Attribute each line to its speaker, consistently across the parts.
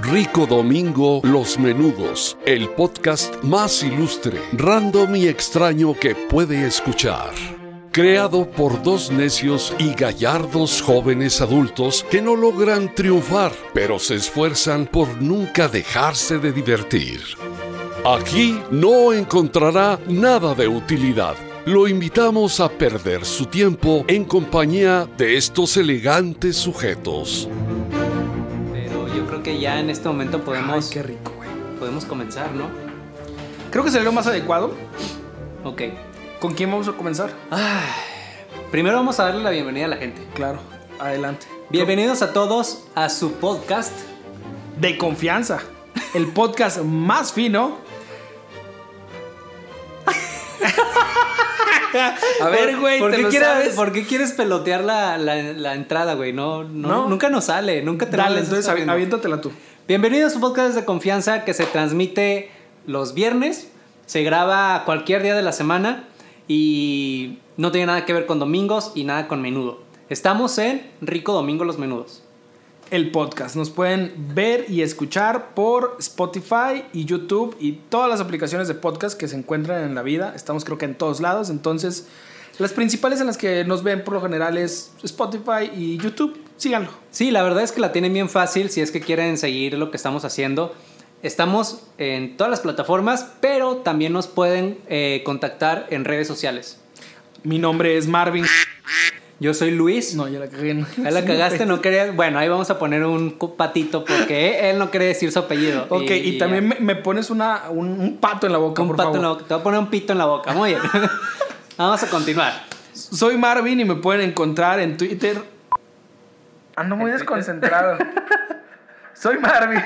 Speaker 1: Rico Domingo Los Menudos, el podcast más ilustre, random y extraño que puede escuchar. Creado por dos necios y gallardos jóvenes adultos que no logran triunfar, pero se esfuerzan por nunca dejarse de divertir. Aquí no encontrará nada de utilidad. Lo invitamos a perder su tiempo en compañía de estos elegantes sujetos.
Speaker 2: Pero yo creo que ya en este momento podemos,
Speaker 3: Ay, qué rico, güey.
Speaker 2: podemos comenzar, ¿no?
Speaker 3: Creo que sería lo más adecuado.
Speaker 2: Ok.
Speaker 3: ¿Con quién vamos a comenzar? Ah,
Speaker 2: Primero vamos a darle la bienvenida a la gente.
Speaker 3: Claro, adelante.
Speaker 2: Bienvenidos a todos a su podcast.
Speaker 3: De confianza. El podcast más fino.
Speaker 2: A
Speaker 3: ver, güey,
Speaker 2: ¿por,
Speaker 3: te
Speaker 2: qué
Speaker 3: lo
Speaker 2: quieres-
Speaker 3: sabes.
Speaker 2: por qué quieres pelotear la, la- la entrada, güey? No, no,
Speaker 3: No.
Speaker 2: nunca nos sale, nunca te
Speaker 3: Dale,
Speaker 2: nos
Speaker 3: entonces
Speaker 2: está
Speaker 3: avi-
Speaker 2: viendo.
Speaker 3: aviéntatela tú.
Speaker 2: Bienvenidos a su podcast de confianza que se transmite los viernes, se graba cualquier día de la semana y no tiene nada que ver con domingos y nada con menudo. Estamos en Rico Domingo los Menudos.
Speaker 3: El podcast. Nos pueden ver y escuchar por Spotify y YouTube y todas las aplicaciones de podcast que se encuentran en la vida. Estamos creo que en todos lados. Entonces, las principales en las que nos ven por lo general es Spotify y YouTube. Síganlo.
Speaker 2: Sí, la verdad es que la tienen bien fácil si es que quieren seguir lo que estamos haciendo. Estamos en todas las plataformas, pero también nos pueden eh, contactar en redes sociales.
Speaker 3: Mi nombre es Marvin.
Speaker 2: Yo soy Luis.
Speaker 3: No, ya la cagué.
Speaker 2: Ahí la cagaste, no quería. Bueno, ahí vamos a poner un cu- patito porque él no quiere decir su apellido.
Speaker 3: Ok, y, también me, me pones una, un, un pato en la boca,
Speaker 2: un
Speaker 3: por
Speaker 2: pato
Speaker 3: favor.
Speaker 2: en la boca. Te voy a poner un pito en la boca. Muy bien. vamos a continuar.
Speaker 3: Soy Marvin y me pueden encontrar en Twitter. Ando muy desconcentrado. Soy Marvin.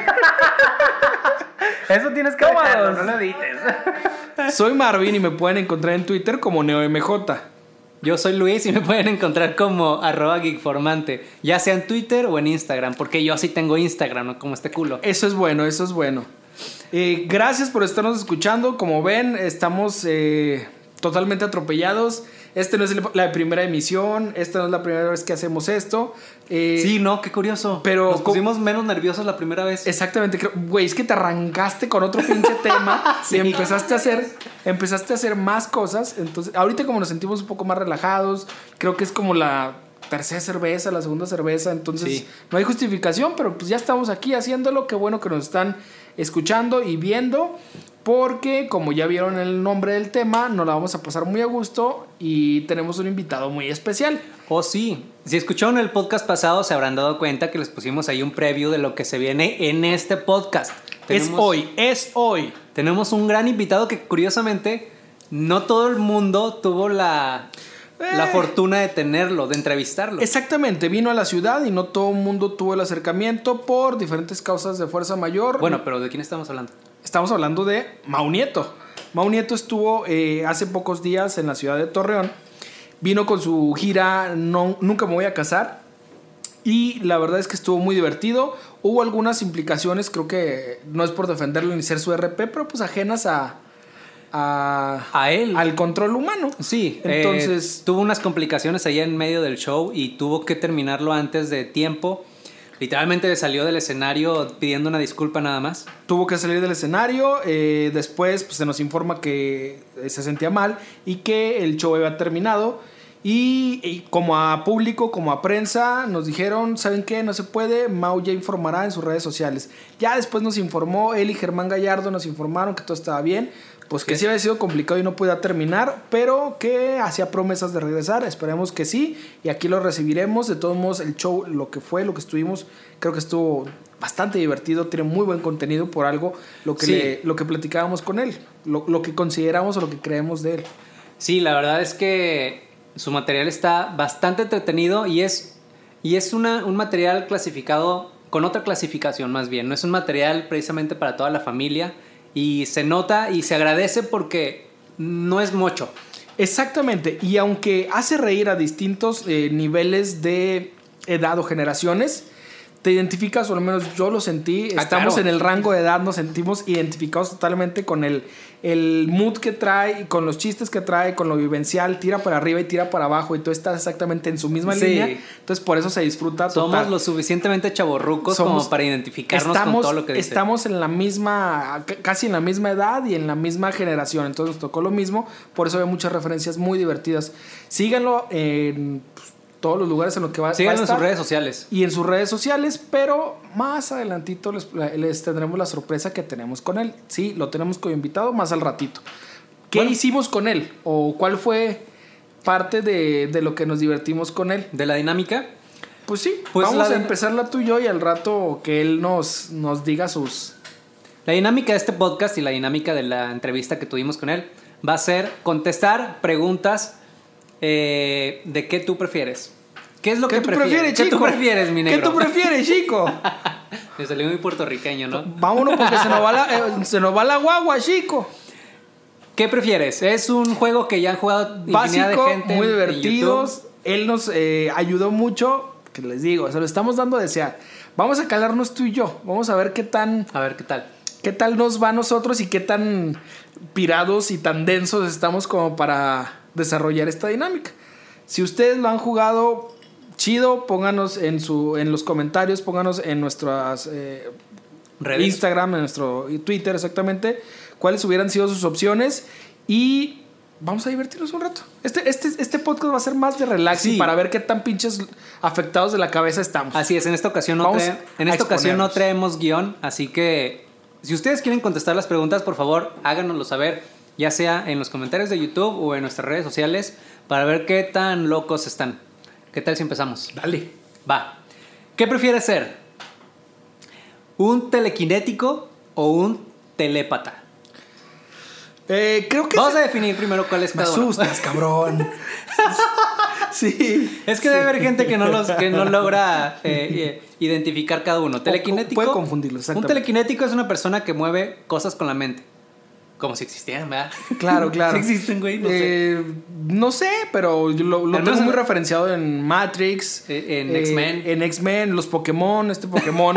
Speaker 3: Eso tienes que
Speaker 4: no lo edites.
Speaker 3: Soy Marvin y me pueden encontrar en Twitter como NeoMJ.
Speaker 2: Yo soy Luis y me pueden encontrar como arroba geekformante, ya sea en Twitter o en Instagram, porque yo sí tengo Instagram, ¿no? Como este culo.
Speaker 3: Eso es bueno, eso es bueno. Eh, gracias por estarnos escuchando. Como ven, estamos eh, totalmente atropellados. Este no es el- la primera emisión. Esta no es la primera vez que hacemos esto. Eh,
Speaker 2: Sí, no, qué curioso.
Speaker 3: Pero
Speaker 2: nos
Speaker 3: co-
Speaker 2: pusimos menos nerviosos la primera vez.
Speaker 3: Exactamente, creo- güey, es que te arrancaste con otro pinche tema
Speaker 2: Sí.
Speaker 3: y empezaste a hacer, empezaste a hacer más cosas. Entonces, ahorita como nos sentimos un poco más relajados, creo que es como la tercera cerveza, la segunda cerveza, entonces
Speaker 2: Sí.
Speaker 3: no hay justificación, pero pues ya estamos aquí haciéndolo, qué bueno que nos están escuchando y viendo, porque como ya vieron el nombre del tema, nos la vamos a pasar muy a gusto y tenemos un invitado muy especial.
Speaker 2: Oh, sí. Si escucharon el podcast pasado, se habrán dado cuenta que les pusimos ahí un preview de lo que se viene en este podcast.
Speaker 3: Es
Speaker 2: Tenemos-
Speaker 3: hoy, es hoy.
Speaker 2: Tenemos un gran invitado que, curiosamente, no todo el mundo tuvo la, la
Speaker 3: Eh.
Speaker 2: fortuna de tenerlo, de entrevistarlo.
Speaker 3: Exactamente, vino a la ciudad y no todo el mundo tuvo el acercamiento por diferentes causas de fuerza mayor.
Speaker 2: Bueno, pero ¿de quién estamos hablando?
Speaker 3: estamos hablando de Mau Nieto. Mau Nieto estuvo eh, hace pocos días en la ciudad de Torreón, vino con su gira No- Nunca me voy a casar y la verdad es que estuvo muy divertido. Hubo algunas implicaciones, creo que no es por defenderlo ni ser su RP, pero pues ajenas a... a-
Speaker 2: A él.
Speaker 3: al control humano.
Speaker 2: Sí, entonces
Speaker 3: Entonces,
Speaker 2: tuvo unas complicaciones allá en medio del show y tuvo que terminarlo antes de tiempo. Literalmente salió del escenario pidiendo una disculpa nada más.
Speaker 3: tuvo que salir del escenario. eh, después pues, se nos informa que eh, se sentía mal y que el show había terminado. Y, y como a público, como a prensa, nos dijeron, ¿saben qué? No se puede, Mau ya informará en sus redes sociales. Ya después nos informó, él y Germán Gallardo nos informaron que todo estaba bien, pues que
Speaker 2: Sí.
Speaker 3: sí había sido complicado y no podía terminar, pero que hacía promesas de regresar, esperemos que sí, y aquí lo recibiremos. De todos modos, el show, lo que fue, lo que estuvimos, creo que estuvo bastante divertido, tiene muy buen contenido por algo, lo que,
Speaker 2: Sí.
Speaker 3: le- lo que platicábamos con él, lo, lo que consideramos o lo que creemos de él.
Speaker 2: Sí, la verdad es que su material está bastante entretenido y es, y es una, un material clasificado con otra clasificación más bien. No es un material precisamente para toda la familia y se nota y se agradece porque no es mucho.
Speaker 3: Exactamente, y aunque hace reír a distintos eh, niveles de edad o generaciones, te identificas, o al menos yo lo sentí,
Speaker 2: Ah,
Speaker 3: estamos
Speaker 2: claro.
Speaker 3: en el rango de edad, nos sentimos identificados totalmente con el, el mood que trae, y con los chistes que trae, con lo vivencial, tira para arriba y tira para abajo, y tú estás exactamente en su misma
Speaker 2: Sí.
Speaker 3: línea, entonces por eso se disfruta.
Speaker 2: Somos
Speaker 3: total.
Speaker 2: lo suficientemente chaborrucos
Speaker 3: Somos-
Speaker 2: como para identificarnos
Speaker 3: estamos,
Speaker 2: con todo lo que dice.
Speaker 3: Estamos en la misma, c- casi en la misma edad y en la misma generación, entonces nos tocó lo mismo, por eso hay muchas referencias muy divertidas. Síganlo en pues, todos los lugares en los que va, va a
Speaker 2: Síganos en
Speaker 3: estar
Speaker 2: sus redes sociales.
Speaker 3: y en sus redes sociales, pero más adelantito les, les tendremos la sorpresa que tenemos con él. Sí, lo tenemos como invitado más al ratito. ¿Qué
Speaker 2: Bueno.
Speaker 3: hicimos con él? ¿O cuál fue parte de, de lo que nos divertimos con él?
Speaker 2: De la dinámica,
Speaker 3: Pues sí,
Speaker 2: Pues
Speaker 3: vamos
Speaker 2: la-
Speaker 3: a empezarla tú y yo y al rato que él nos, nos diga sus...
Speaker 2: la dinámica de este podcast y la dinámica de la entrevista que tuvimos con él va a ser contestar preguntas eh, de qué tú prefieres. ¿Qué es lo
Speaker 3: ¿Qué
Speaker 2: que
Speaker 3: tú prefieres, chico?
Speaker 2: ¿Qué tú prefieres, mi negro?
Speaker 3: ¿Qué tú prefieres, chico?
Speaker 2: Me salió muy puertorriqueño, ¿no?
Speaker 3: Vámonos porque se nos va la, eh, se nos va la guagua, chico.
Speaker 2: ¿Qué prefieres? Es un juego que ya han jugado infinidad
Speaker 3: básico,
Speaker 2: de gente.
Speaker 3: muy
Speaker 2: en
Speaker 3: divertidos.
Speaker 2: YouTube.
Speaker 3: Él nos eh, ayudó mucho, que les digo, se lo estamos dando a desear. Vamos a calarnos tú y yo, vamos a ver qué tan,
Speaker 2: A ver qué tal.
Speaker 3: qué tal nos va a nosotros y qué tan pirados y tan densos estamos como para desarrollar esta dinámica. Si ustedes lo han jugado chido, pónganos en su, en los comentarios, pónganos en nuestras eh,
Speaker 2: Redes.
Speaker 3: Instagram, en nuestro Twitter exactamente, cuáles hubieran sido sus opciones y vamos a divertirnos un rato. Este, este, este podcast va a ser más de relax
Speaker 2: Sí.
Speaker 3: y para ver qué tan pinches afectados de la cabeza estamos.
Speaker 2: Así es, en esta ocasión no,
Speaker 3: Vamos
Speaker 2: trae- en
Speaker 3: a
Speaker 2: esta ocasión no
Speaker 3: exponernos.
Speaker 2: traemos guión, así que si ustedes quieren contestar las preguntas, por favor, háganoslo saber, ya sea en los comentarios de YouTube o en nuestras redes sociales, para ver qué tan locos están. ¿Qué tal si empezamos?
Speaker 3: Dale.
Speaker 2: Va. ¿Qué prefieres ser? ¿Un telequinético o un telépata?
Speaker 3: Eh, creo que...
Speaker 2: Vamos
Speaker 3: se-
Speaker 2: a definir primero cuál es
Speaker 3: Me
Speaker 2: cada uno.
Speaker 3: asustas, cabrón. sí.
Speaker 2: Es que debe haber gente que no, los, que no logra eh, eh, identificar cada uno. Telequinético.
Speaker 3: puede confundirlo,
Speaker 2: Un
Speaker 3: exactamente.
Speaker 2: telequinético es una persona que mueve cosas con la mente. Como si existieran, ¿verdad?
Speaker 3: Claro, claro.
Speaker 2: Sí existen, güey, no
Speaker 3: Eh, no sé, pero yo lo, lo
Speaker 2: Al
Speaker 3: tengo
Speaker 2: menos-
Speaker 3: muy referenciado en Matrix.
Speaker 2: Eh, en X-Men.
Speaker 3: En X-Men, los Pokémon, este Pokémon.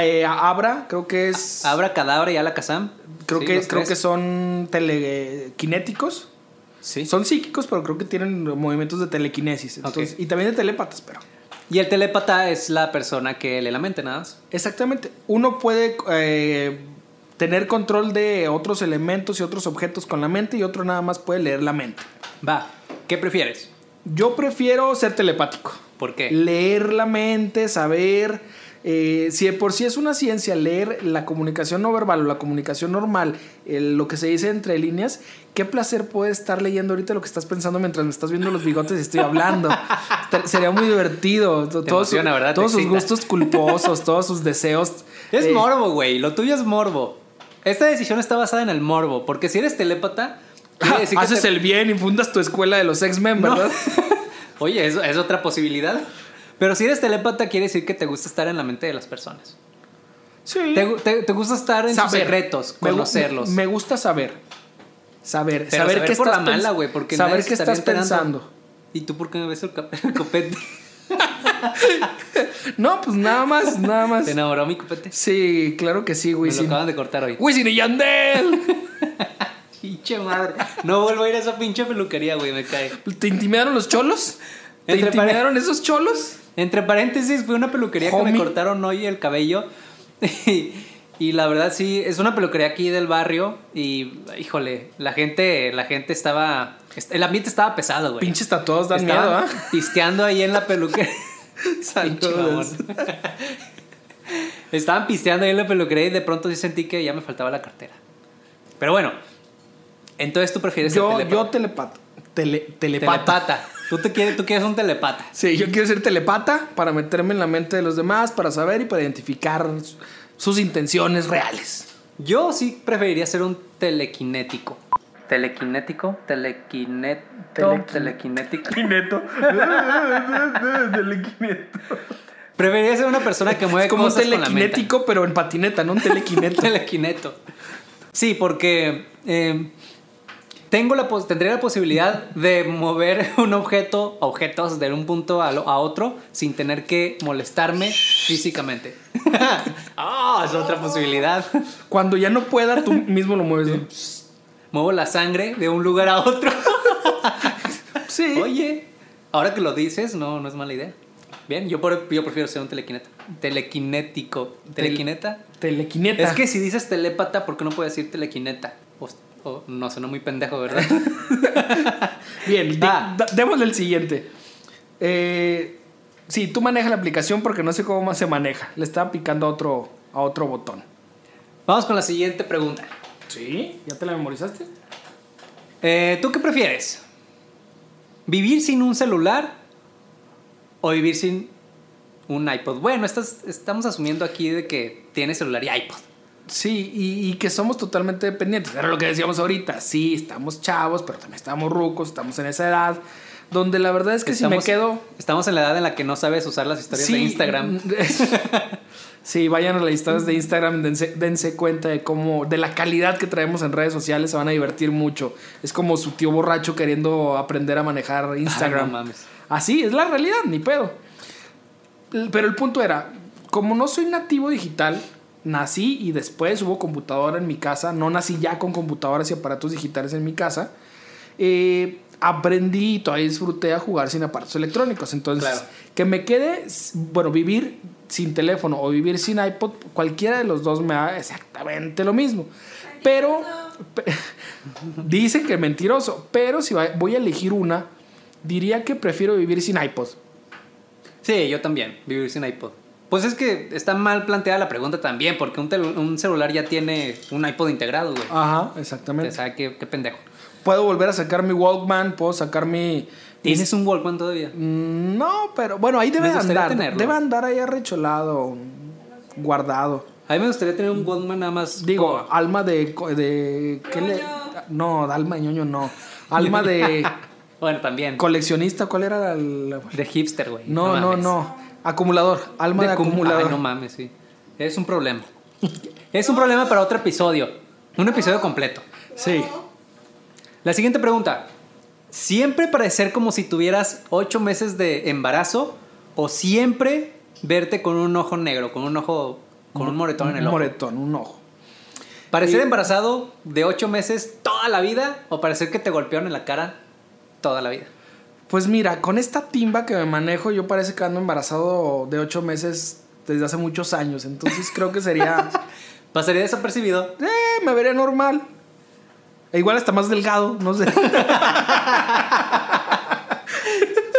Speaker 3: eh, Abra, creo que es...
Speaker 2: Abra cadabra y ala Kazam.
Speaker 3: Creo,
Speaker 2: Sí,
Speaker 3: que,
Speaker 2: los
Speaker 3: creo
Speaker 2: tres.
Speaker 3: que son telequinéticos.
Speaker 2: Sí.
Speaker 3: Son psíquicos, pero creo que tienen movimientos de telequinesis. entonces-
Speaker 2: Ok.
Speaker 3: Y también de telépatas, pero.
Speaker 2: Y el telépata es la persona que lee la mente, nada más.
Speaker 3: Exactamente. Uno puede eh, tener control de otros elementos y otros objetos con la mente y otro nada más puede leer la mente.
Speaker 2: Va. ¿Qué prefieres?
Speaker 3: Yo prefiero ser telepático.
Speaker 2: ¿Por qué?
Speaker 3: Leer la mente, saber. eh, si de por sí es una ciencia, leer la comunicación no verbal o la comunicación normal, el- lo que se dice entre líneas, qué placer poder estar leyendo ahorita lo que estás pensando mientras me estás viendo los bigotes y estoy hablando. Estar- Sería muy divertido. To-
Speaker 2: Te
Speaker 3: todos su-
Speaker 2: emociona, ¿verdad? Te
Speaker 3: todos sus
Speaker 2: excita.
Speaker 3: gustos culposos, todos sus deseos.
Speaker 2: Es
Speaker 3: eh,
Speaker 2: morbo, güey. Lo tuyo es morbo. Esta decisión está basada en el morbo. Porque si eres telépata. quiere decir que
Speaker 3: Haces
Speaker 2: te-
Speaker 3: el bien y fundas tu escuela de los X-Men,
Speaker 2: No.
Speaker 3: ¿verdad?
Speaker 2: Oye, es, es otra posibilidad. Pero si eres telépata, quiere decir que te gusta estar en la mente de las personas.
Speaker 3: Sí.
Speaker 2: Te, gu- te- te gusta estar en sus
Speaker 3: Saber.
Speaker 2: secretos,
Speaker 3: Me gu-
Speaker 2: conocerlos.
Speaker 3: Me, gusta saber. Saber,
Speaker 2: Pero
Speaker 3: saber,
Speaker 2: saber
Speaker 3: qué
Speaker 2: por
Speaker 3: estás
Speaker 2: la mala,
Speaker 3: pens-
Speaker 2: güey, porque nadie
Speaker 3: saber
Speaker 2: se
Speaker 3: qué
Speaker 2: estaría
Speaker 3: estás
Speaker 2: enterando.
Speaker 3: pensando.
Speaker 2: ¿Y tú por qué me ves el, cap- el copete?
Speaker 3: No, pues nada más, nada más.
Speaker 2: ¿Te enamoró mi copete?
Speaker 3: Sí, claro que sí,
Speaker 2: Me
Speaker 3: Wisin.
Speaker 2: lo acaban de cortar hoy.
Speaker 3: Wisin y Yandel.
Speaker 2: Pinche madre. No vuelvo a ir a esa pinche peluquería, güey, me cae.
Speaker 3: ¿Te intimidaron los cholos? ¿Te
Speaker 2: Entre pare-
Speaker 3: intimidaron esos cholos?
Speaker 2: Entre paréntesis, fue una peluquería que me
Speaker 3: Homie.
Speaker 2: cortaron hoy el cabello. Y, y la verdad sí, es una peluquería aquí del barrio. Y híjole, la gente, la gente estaba. El ambiente estaba pesado, güey.
Speaker 3: Pinches tatuados dan
Speaker 2: Estaban
Speaker 3: miedo, ¿ah?
Speaker 2: pisteando ahí en la peluquería. Pinche mamón.
Speaker 3: Saludos.
Speaker 2: Estaban pisteando ahí en la peluquería y de pronto sí sentí que ya me faltaba la cartera. Pero bueno, entonces tú prefieres
Speaker 3: Yo,
Speaker 2: el
Speaker 3: yo
Speaker 2: telepata.
Speaker 3: telepata. Tele, telepata.
Speaker 2: telepata. Tú, te quieres, tú quieres un telepata.
Speaker 3: Sí, yo quiero ser telepata para meterme en la mente de los demás, para saber y para identificar su- sus intenciones reales.
Speaker 2: Yo sí preferiría ser un telequinético. Telequinético, telequineto, telequinético.
Speaker 3: Quineto.
Speaker 2: Preferiría ser una persona que mueve
Speaker 3: Es como un
Speaker 2: cosas con la mente.
Speaker 3: telequinético, pero en patineta, no un telequineto.
Speaker 2: Telequineto. Sí, porque eh, tengo la pos- tendría la posibilidad de mover un objeto, objetos de un punto a, lo- a otro sin tener que molestarme físicamente. Ah, es otra posibilidad.
Speaker 3: Cuando ya no pueda, tú mismo lo mueves. ¿no?
Speaker 2: Muevo la sangre de un lugar a otro.
Speaker 3: Sí.
Speaker 2: Oye, ahora que lo dices, no, no es mala idea. Bien, yo, por- yo prefiero ser un telequineta. Telequinético. ¿Telequineta?
Speaker 3: Telequineta.
Speaker 2: Es que si dices telépata, ¿por qué no puedes decir telequineta? O, o- no, suena muy pendejo, ¿verdad?
Speaker 3: Bien, de-
Speaker 2: Ah.
Speaker 3: da- démosle el siguiente. Eh, sí, tú manejas la aplicación porque no sé cómo más se maneja. Le estaba picando a otro, a otro botón.
Speaker 2: Vamos con la siguiente pregunta.
Speaker 3: ¿Sí? ¿Ya te la memorizaste?
Speaker 2: Eh, ¿Tú qué prefieres? ¿Vivir sin un celular o vivir sin un iPod? Bueno, estas- estamos asumiendo aquí de que tienes celular y iPod.
Speaker 3: Sí, y, y que somos totalmente dependientes. Era lo que decíamos ahorita. Sí, estamos chavos, pero también estamos rucos, estamos en esa edad. Donde la verdad es que
Speaker 2: Estamos-
Speaker 3: si me quedo.
Speaker 2: Estamos en la edad en la que no sabes usar las historias de Instagram.
Speaker 3: sí, vayan a las historias de Instagram, dense, dense cuenta de cómo, de la calidad que traemos en redes sociales, se van a divertir mucho. Es como su tío borracho queriendo aprender a manejar Instagram.
Speaker 2: Ah, no mames.
Speaker 3: Así es la realidad, ni pedo. L- Pero el punto era, como no soy nativo digital, nací y después hubo computadora en mi casa, no nací ya con computadoras y aparatos digitales en mi casa, eh, aprendí y todavía disfruté a jugar sin aparatos electrónicos. Entonces,
Speaker 2: Claro.
Speaker 3: que me quede, s- bueno, vivir sin teléfono o vivir sin iPod, cualquiera de los dos me da exactamente lo mismo. Pero, pe- dicen que mentiroso, pero si va- voy a elegir una, diría que prefiero vivir sin iPod.
Speaker 2: Sí, yo también, vivir sin iPod. Pues es que está mal planteada la pregunta también, porque un, tel- un celular ya tiene un iPod integrado, güey.
Speaker 3: Ajá,
Speaker 2: o
Speaker 3: exactamente.
Speaker 2: sea, qué, qué pendejo.
Speaker 3: Puedo volver a sacar mi Walkman, puedo sacar mi...
Speaker 2: ¿Tienes un Walkman todavía?
Speaker 3: Mm, No, pero bueno, ahí
Speaker 2: Me
Speaker 3: debe de
Speaker 2: gustaría
Speaker 3: andar.
Speaker 2: tenerlo.
Speaker 3: Debe andar ahí arrecholado, guardado.
Speaker 2: A mí me gustaría tener un Walkman nada más.
Speaker 3: Digo,
Speaker 2: por-
Speaker 3: alma de... co- de ¿qué le- No, de alma de ñoño no. Alma de
Speaker 2: bueno, también.
Speaker 3: coleccionista, ¿cuál era la...
Speaker 2: De hipster, güey.
Speaker 3: No, no, no.
Speaker 2: mames.
Speaker 3: Acumulador, alma de,
Speaker 2: cum-
Speaker 3: acumulador.
Speaker 2: Ay, no mames, sí. Es un problema. Es un problema para otro episodio. Un episodio completo.
Speaker 3: sí.
Speaker 2: La siguiente pregunta. ¿Siempre parecer como si tuvieras ocho meses de embarazo o siempre verte con un ojo negro, con un ojo, con un moretón en el
Speaker 3: Un
Speaker 2: ojo?
Speaker 3: moretón, un ojo.
Speaker 2: ¿Parecer embarazado de ocho meses toda la vida o parecer que te golpearon en la cara toda la vida?
Speaker 3: Pues mira, con esta timba que me manejo, yo parece que ando embarazado de ocho meses desde hace muchos años. Entonces creo que sería.
Speaker 2: Pasaría desapercibido.
Speaker 3: eh, me vería normal. E igual hasta más delgado, no sé.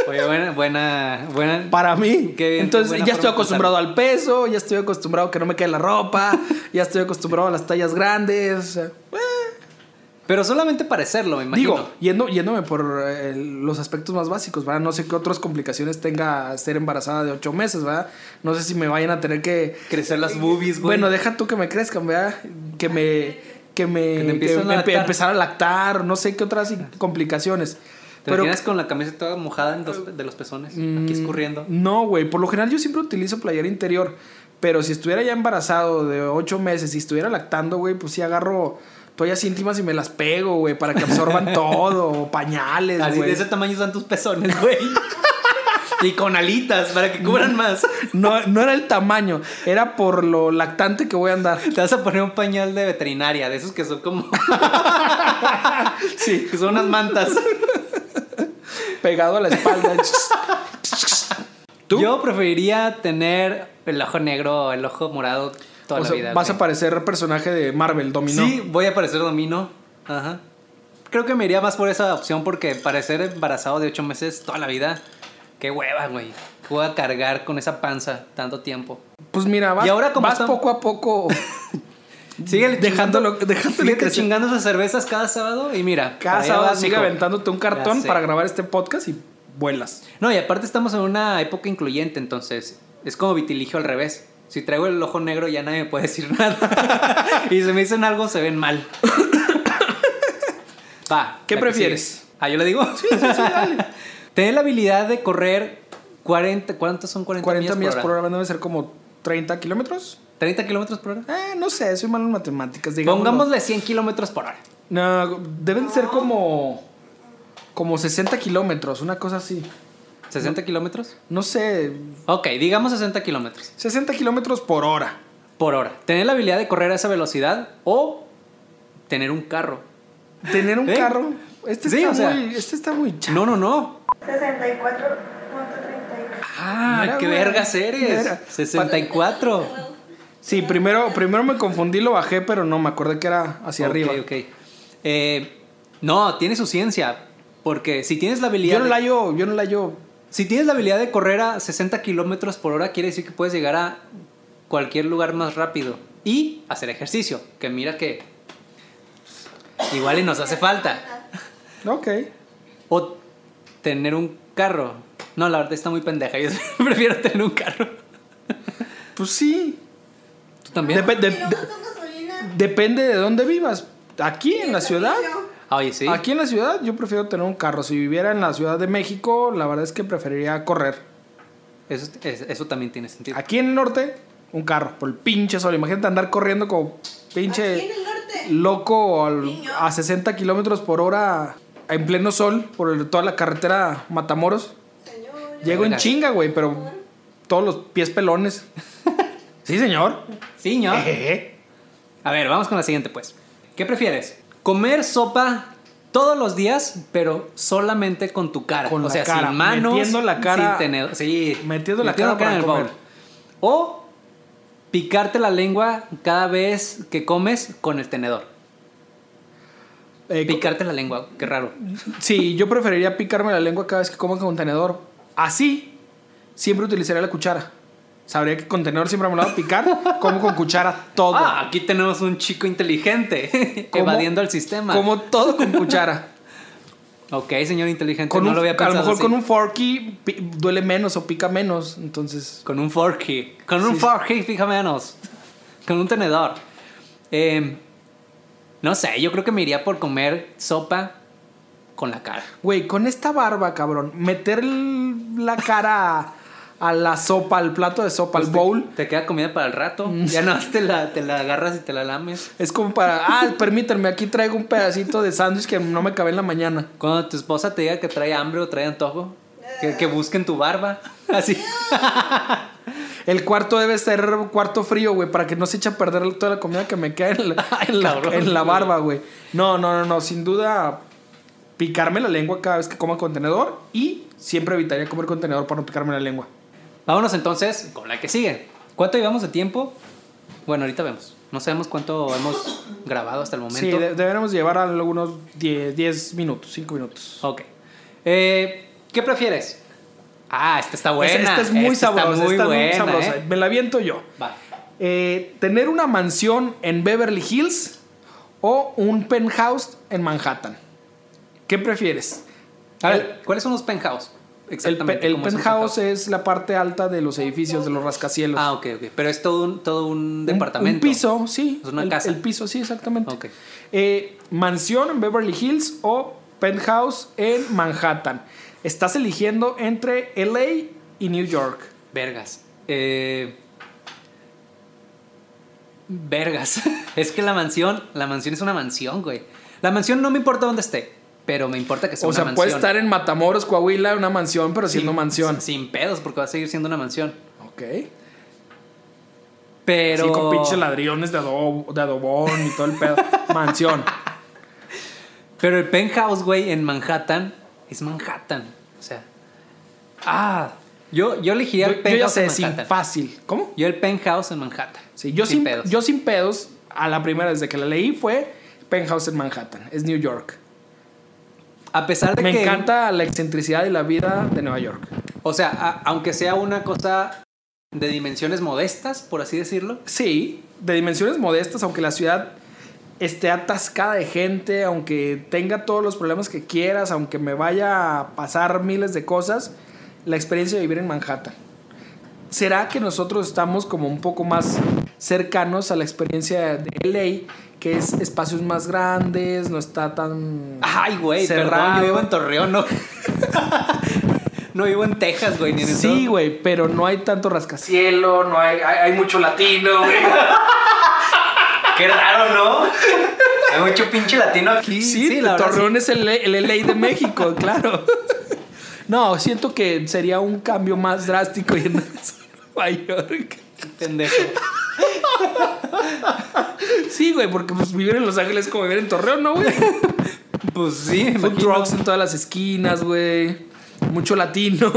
Speaker 2: Oye, buena, buena, buena.
Speaker 3: Para mí.
Speaker 2: Qué bien, qué
Speaker 3: Entonces
Speaker 2: buena
Speaker 3: ya
Speaker 2: forma
Speaker 3: estoy
Speaker 2: de
Speaker 3: acostumbrado al peso, ya estoy acostumbrado a que no me quede la ropa, ya estoy acostumbrado a las tallas grandes. o sea,
Speaker 2: Pero solamente parecerlo, me imagino.
Speaker 3: Digo, yendo, yéndome por eh, los aspectos más básicos, ¿verdad? No sé qué otras complicaciones tenga ser embarazada de ocho meses, ¿verdad? No sé si me vayan a tener que
Speaker 2: crecer las boobies, güey.
Speaker 3: Bueno, deja tú que me crezcan, ¿verdad? Que me. Que me.
Speaker 2: te empiecen
Speaker 3: que
Speaker 2: a
Speaker 3: empe-
Speaker 2: lactar.
Speaker 3: empezar a lactar, no sé qué otras in- complicaciones.
Speaker 2: Te
Speaker 3: Pero. Mm,
Speaker 2: imaginas con la camisa toda mojada en los- de los pezones, aquí escurriendo.
Speaker 3: No, güey. Por lo general yo siempre utilizo playera interior. Pero si estuviera ya embarazado de ocho meses, si estuviera lactando, güey, pues sí agarro toallas íntimas y me las pego, güey, para que absorban todo, o pañales,
Speaker 2: Así
Speaker 3: güey.
Speaker 2: de ese tamaño están tus pezones, güey. y con alitas para que
Speaker 3: Mm.
Speaker 2: cubran más.
Speaker 3: No, no era el tamaño, era por lo lactante que voy a andar.
Speaker 2: Te vas a poner un pañal de veterinaria, de esos que son como.
Speaker 3: Sí,
Speaker 2: que son unas mantas.
Speaker 3: pegado a la espalda. ¿Tú?
Speaker 2: Yo preferiría tener el ojo negro, el ojo morado toda
Speaker 3: O
Speaker 2: la
Speaker 3: sea,
Speaker 2: vida.
Speaker 3: vas
Speaker 2: güey.
Speaker 3: a parecer personaje de Marvel, dominó.
Speaker 2: Sí, voy a parecer domino. Ajá. Creo que me iría más por esa opción porque parecer embarazado de ocho meses toda la vida. Qué hueva, güey. Que Voy a cargar con esa panza tanto tiempo.
Speaker 3: Pues mira, vas,
Speaker 2: Y ahora como
Speaker 3: vas
Speaker 2: estamos-
Speaker 3: poco a poco
Speaker 2: Sigue
Speaker 3: dejándolo, dejándole
Speaker 2: Síguete
Speaker 3: crecer.
Speaker 2: chingando esas cervezas cada sábado y mira. para
Speaker 3: Cada
Speaker 2: allá
Speaker 3: sábado
Speaker 2: vas,
Speaker 3: sigue
Speaker 2: mijo.
Speaker 3: aventándote un cartón
Speaker 2: Ya sé.
Speaker 3: para grabar este podcast y vuelas.
Speaker 2: No, y aparte estamos en una época incluyente, entonces es como vitiligio al revés. Si traigo el ojo negro ya nadie me puede decir nada. y si me dicen algo se ven mal. Va.
Speaker 3: ¿Qué
Speaker 2: la que
Speaker 3: prefieres?
Speaker 2: sigue. Ah, yo le digo. Tener la habilidad de correr 40, ¿cuántos son 40,
Speaker 3: 40 millas por
Speaker 2: hora?
Speaker 3: hora van a ser como 30 kilómetros.
Speaker 2: ¿30 kilómetros por hora?
Speaker 3: Eh, no sé, soy malo en matemáticas. digámoslo.
Speaker 2: Pongámosle 100 kilómetros por hora.
Speaker 3: No, deben ser como. Como 60 kilómetros, una cosa así.
Speaker 2: ¿60 kilómetros?
Speaker 3: No sé,
Speaker 2: Ok, digamos 60 kilómetros
Speaker 3: 60 kilómetros por hora.
Speaker 2: por hora. Tener la habilidad de correr a esa velocidad o tener un carro.
Speaker 3: Tener un
Speaker 2: ¿Eh?
Speaker 3: carro. Este,
Speaker 2: Sí,
Speaker 3: está,
Speaker 2: o sea-
Speaker 3: muy, este está muy chato.
Speaker 2: No, no, no.
Speaker 4: 64.31.
Speaker 2: Ah,
Speaker 3: Mira,
Speaker 2: qué
Speaker 3: güey,
Speaker 2: vergas
Speaker 3: qué
Speaker 2: eres.
Speaker 3: verga.
Speaker 2: 64.
Speaker 3: Sí, primero, primero me confundí, lo bajé, pero no, me acordé que era hacia
Speaker 2: Ok,
Speaker 3: arriba.
Speaker 2: ok. Eh, no, tiene su ciencia. Porque si tienes la habilidad.
Speaker 3: Yo no
Speaker 2: de-
Speaker 3: la hallo, yo no la hallo.
Speaker 2: Si tienes la habilidad de correr a 60 kilómetros por hora, quiere decir que puedes llegar a cualquier lugar más rápido y hacer ejercicio. Que mira que igual y nos hace falta.
Speaker 3: Ok.
Speaker 2: O tener un carro. No, la verdad está muy pendeja. Yo prefiero tener un carro.
Speaker 3: Pues sí.
Speaker 2: ¿Tú también?
Speaker 3: Depe- de-
Speaker 4: ¿Y luego
Speaker 3: de-
Speaker 4: gastas gasolina?
Speaker 3: depende de dónde vivas. Aquí en la ciudad.
Speaker 2: Ah, Oye, sí.
Speaker 3: Aquí en la ciudad yo prefiero tener un carro. Si viviera en la Ciudad de México, la verdad es que preferiría correr.
Speaker 2: Eso, es- eso también tiene sentido.
Speaker 3: Aquí en el norte, un carro, por el pinche sol. Imagínate andar corriendo como pinche...
Speaker 4: Aquí en el norte.
Speaker 3: loco al-
Speaker 4: Niño.
Speaker 3: a 60 kilómetros por hora en pleno sol por el- toda la carretera Matamoros.
Speaker 4: Señor.
Speaker 3: Llego en
Speaker 2: Vergas.
Speaker 3: chinga, güey, pero todos los pies pelones. sí, señor.
Speaker 2: Sí, ¿no? ¿Eh?
Speaker 3: Ejeje.
Speaker 2: A ver, vamos con la siguiente, pues. ¿Qué prefieres? ¿Comer sopa todos los días, pero solamente con tu cara?
Speaker 3: Con
Speaker 2: o
Speaker 3: la
Speaker 2: sea,
Speaker 3: cara,
Speaker 2: sin manos,
Speaker 3: metiendo la cara-
Speaker 2: sin tenedor. Sí,
Speaker 3: metiendo la cara para comer.
Speaker 2: O picarte la lengua cada vez que comes con el tenedor.
Speaker 3: Eh, co-
Speaker 2: Picarte la lengua, qué raro.
Speaker 3: sí, yo preferiría picarme la lengua cada vez que coma con tenedor. Así, siempre utilizaría la cuchara. Sabría que con tenedor siempre me lo va a picar. Como con cuchara todo.
Speaker 2: Ah, aquí tenemos un chico inteligente
Speaker 3: Como-
Speaker 2: evadiendo el sistema.
Speaker 3: Como todo con cuchara.
Speaker 2: Ok, señor inteligente,
Speaker 3: Con
Speaker 2: no
Speaker 3: un-
Speaker 2: lo había
Speaker 3: a
Speaker 2: pensado
Speaker 3: lo mejor
Speaker 2: así.
Speaker 3: con un forky pi- duele menos o pica menos. Entonces,
Speaker 2: Con un forky. Con un
Speaker 3: Sí.
Speaker 2: forky, fíjame menos. Con un tenedor. Eh, no sé, yo creo que me iría por comer sopa con la cara.
Speaker 3: Güey, con esta barba, cabrón, meter l- la cara a, a la sopa, al plato de sopa, al
Speaker 2: Pues te-
Speaker 3: bowl, Mm.
Speaker 2: Te, queda comida para el rato. Ya no te la, te la agarras y te la lames.
Speaker 3: es como para, ah, permítanme, aquí traigo un pedacito de sándwich que no me cabe en la mañana.
Speaker 2: Cuando tu esposa te diga que trae hambre o trae antojo, que, que busquen tu barba. Así.
Speaker 3: El cuarto debe ser cuarto frío, güey, para que no se eche a perder toda la comida que me queda en la,
Speaker 2: Ay,
Speaker 3: en la-
Speaker 2: cabrón.
Speaker 3: en la barba, güey. No, no, no, no, sin duda, picarme la lengua cada vez que coma contenedor y siempre evitaría comer contenedor para no picarme la lengua.
Speaker 2: Vámonos entonces con la que sigue. ¿Cuánto llevamos de tiempo? Bueno, ahorita vemos. No sabemos cuánto hemos grabado hasta el momento.
Speaker 3: Sí, de- deberíamos llevar algunos 10 10 minutos, 5 minutos.
Speaker 2: Ok. Eh, ¿Qué prefieres? Ah, esta está buena.
Speaker 3: Esta es muy
Speaker 2: Esta Está
Speaker 3: sabrosa.
Speaker 2: muy
Speaker 3: esta es muy
Speaker 2: buena.
Speaker 3: sabrosa.
Speaker 2: ¿eh?
Speaker 3: Me la aviento yo.
Speaker 2: Va.
Speaker 3: Eh, ¿Tener una mansión en Beverly Hills o un penthouse en Manhattan? ¿Qué prefieres?
Speaker 2: A ver, ¿cuáles son los penthouse?
Speaker 3: El, pe-
Speaker 2: Exactamente.
Speaker 3: el
Speaker 2: ¿cómo es un
Speaker 3: penthouse es la parte alta de los edificios, de los rascacielos.
Speaker 2: Ah, ok, ok. Pero es todo un, todo un
Speaker 3: Un-
Speaker 2: departamento.
Speaker 3: Un piso, sí.
Speaker 2: Es una
Speaker 3: el,
Speaker 2: casa.
Speaker 3: El piso, sí, exactamente.
Speaker 2: Ok.
Speaker 3: Eh, mansión en Beverly Hills o penthouse en Manhattan. Estás eligiendo entre LA y New York.
Speaker 2: Vergas. Eh, Vergas. es que la mansión, la mansión es una mansión, güey. La mansión no me importa dónde esté, pero me importa que sea
Speaker 3: O
Speaker 2: una
Speaker 3: sea,
Speaker 2: mansión.
Speaker 3: puede estar en Matamoros, Coahuila, una mansión, pero siendo
Speaker 2: Sin-
Speaker 3: mansión.
Speaker 2: Sin pedos, porque va a seguir siendo una mansión.
Speaker 3: Ok.
Speaker 2: Pero.
Speaker 3: Sí, con pinches ladrillones de, adobo, de adobón y todo el pedo. mansión.
Speaker 2: Pero el penthouse, güey, en Manhattan es Manhattan. O sea. Ah. Yo, yo elegiría
Speaker 3: Yo,
Speaker 2: el
Speaker 3: yo ya
Speaker 2: penthouse
Speaker 3: sé,
Speaker 2: en
Speaker 3: sin
Speaker 2: Manhattan.
Speaker 3: fácil. ¿Cómo?
Speaker 2: yo el penthouse en Manhattan.
Speaker 3: Sí, yo sin,
Speaker 2: pedos.
Speaker 3: yo sin pedos, a la primera desde que la leí fue Penthouse en Manhattan. Es New York.
Speaker 2: a pesar de
Speaker 3: Me
Speaker 2: que.
Speaker 3: encanta la excentricidad y la vida de Nueva York.
Speaker 2: O sea, a- aunque sea una cosa de dimensiones modestas, por así decirlo.
Speaker 3: Sí, de dimensiones modestas, aunque la ciudad esté atascada de gente, aunque tenga todos los problemas que quieras, aunque me vaya a pasar miles de cosas, la experiencia de vivir en Manhattan. ¿Será que nosotros estamos como un poco más cercanos a la experiencia de LA, que es espacios más grandes, no está tan
Speaker 2: Ay, güey,
Speaker 3: cerrado?
Speaker 2: perdón, yo vivo en Torreón, ¿no? No vivo en Texas, güey, ni en
Speaker 3: Sí,
Speaker 2: Estados-
Speaker 3: güey, pero no hay tanto rascacielos.
Speaker 2: Cielo, no hay, hay, hay mucho latino, güey. Qué raro, ¿no? Hay mucho pinche latino aquí.
Speaker 3: Sí,
Speaker 2: la verdad,
Speaker 3: Torreón es el, el LA de México, claro. No, siento que sería un cambio más drástico yendo a Nueva York.
Speaker 2: sí, pendejo.
Speaker 3: Sí, güey, porque pues, vivir en Los Ángeles es como vivir en Torreón, ¿no, güey?
Speaker 2: Pues sí, me
Speaker 3: Food trucks en todas las esquinas, güey. Mucho latino,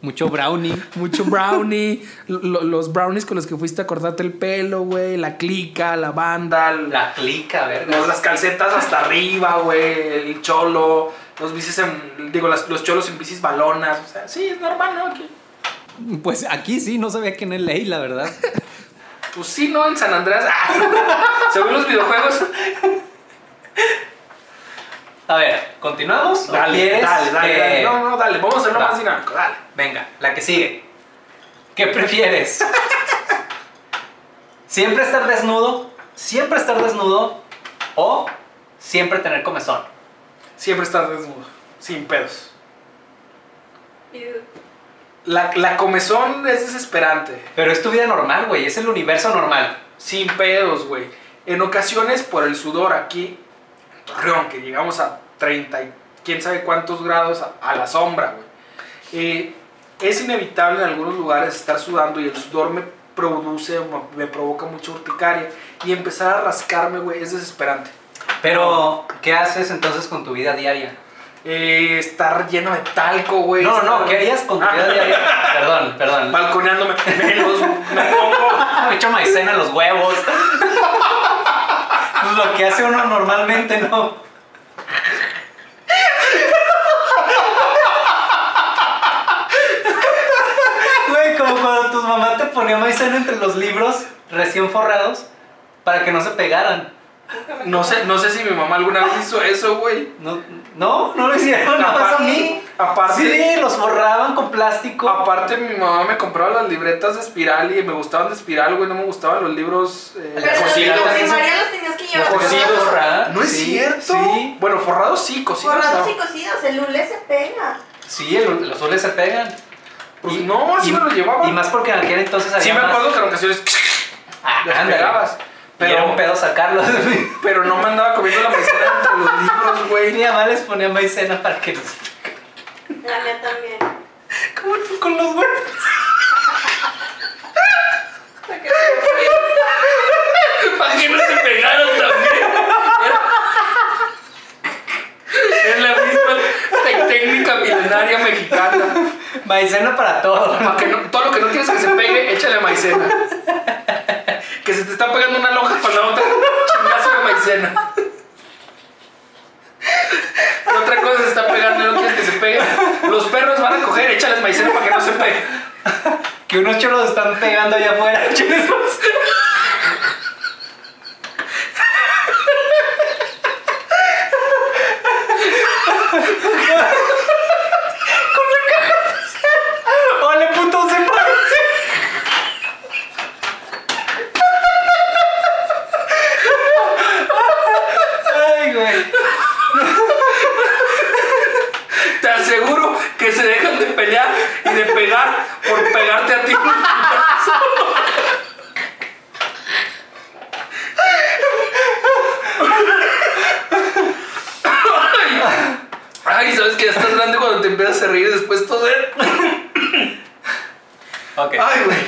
Speaker 2: Mucho brownie.
Speaker 3: mucho brownie. Lo- los brownies con los que fuiste a cortarte el pelo, güey. La clica, la banda.
Speaker 2: La clica, verga.
Speaker 3: Las, las calcetas hasta arriba, güey, el cholo, los bicis en, digo, las- los cholos en bicis balonas, o sea, sí, es normal, ¿no? Aquí.
Speaker 2: Pues aquí sí, no sabía que en LA, la verdad.
Speaker 3: Pues sí, ¿no? En San Andrés, según los videojuegos.
Speaker 2: A ver, ¿continuamos? ¿O
Speaker 3: Dale,
Speaker 2: quieres
Speaker 3: dale, dale,
Speaker 2: que-
Speaker 3: dale. este, no, no, dale, vamos a hacerlo
Speaker 2: Va.
Speaker 3: más dinámico, dale.
Speaker 2: Venga, la que sigue. ¿Qué prefieres? ¿Siempre estar desnudo? ¿Siempre estar desnudo? ¿O siempre tener comezón?
Speaker 3: Siempre estás desnudo, sin pedos.
Speaker 4: Ew.
Speaker 3: La, la comezón es desesperante,
Speaker 2: Pero es tu vida normal, güey. Es el universo normal.
Speaker 3: sin pedos, güey. En ocasiones por el sudor aquí, en Torreón, que llegamos a 30 y quién sabe cuántos grados a, a la sombra, güey. Eh, es inevitable en algunos lugares estar sudando y el sudor me produce, me provoca mucha urticaria y empezar a rascarme, güey, es desesperante.
Speaker 2: Pero, ¿qué haces entonces con tu vida diaria?
Speaker 3: Eh, estar lleno de talco, güey.
Speaker 2: No, no,
Speaker 3: estar-
Speaker 2: ¿qué harías con tu vida diaria? Perdón, perdón.
Speaker 3: Balconeándome melos, me pongo.
Speaker 2: Ah, Me echo maicena en los huevos. Pues Lo que hace uno normalmente, ¿no? Güey, como cuando tu mamá te ponía maicena entre los libros recién forrados para que no se pegaran.
Speaker 3: No sé, no sé si mi mamá alguna vez hizo eso, güey.
Speaker 2: No, no, no lo hicieron nada más a mí.
Speaker 3: Aparte-
Speaker 2: Sí, los forraban con plástico.
Speaker 3: Aparte, mi mamá me compraba las libretas de espiral y me gustaban de espiral, güey. No me gustaban los libros eh,
Speaker 4: Pero los
Speaker 2: cosida,
Speaker 4: de
Speaker 2: también
Speaker 4: primaria los tenías que llevar.
Speaker 2: Los
Speaker 4: forrados.
Speaker 2: cosidos. forradas,
Speaker 3: No es
Speaker 2: sí,
Speaker 3: cierto.
Speaker 2: sí.
Speaker 3: Bueno, forrados sí, cosidos
Speaker 4: Forrados
Speaker 3: no.
Speaker 4: y cocidos, el hule se pega.
Speaker 2: Sí, el- los soles se pegan.
Speaker 3: Pues no, sí me lo llevaban.
Speaker 2: Y más porque en aquel entonces había
Speaker 3: Sí me
Speaker 2: más-
Speaker 3: acuerdo que en ocasiones
Speaker 2: Ah,
Speaker 3: las
Speaker 2: ándale.
Speaker 3: pegabas.
Speaker 2: Pero era un
Speaker 3: Pero,
Speaker 2: pedo sacarlos.
Speaker 3: pero no me andaba comiendo la maicena entre los libros,
Speaker 2: Mi
Speaker 3: güey.
Speaker 2: mamá les ponía maicena para que los...
Speaker 4: La mía también.
Speaker 2: ¿Cómo tú con los huevos?
Speaker 3: ¿Para qué no se pegaron también? Es la misma técnica milenaria mexicana.
Speaker 2: Maicena para todo.
Speaker 3: Para que no- todo lo que no quieres que se pegue, échale maicena. Que se te está pegando una lonja con la otra, chingazo de maicena. Otra cosa se está pegando y no quieres que se pegue. Los perros van a coger, échales maicena para que no se pegue.
Speaker 2: Que unos cholos están pegando allá afuera. Cholos. Con la caja. pesada. Ole, puto, se parece. Ay, güey.
Speaker 3: Te aseguro que se dejan de pelear y de pegar por pegarte a ti. Ay, sabes que ya estás grande cuando te empiezas a reír y después toser.
Speaker 2: Ok.
Speaker 3: Ay, güey.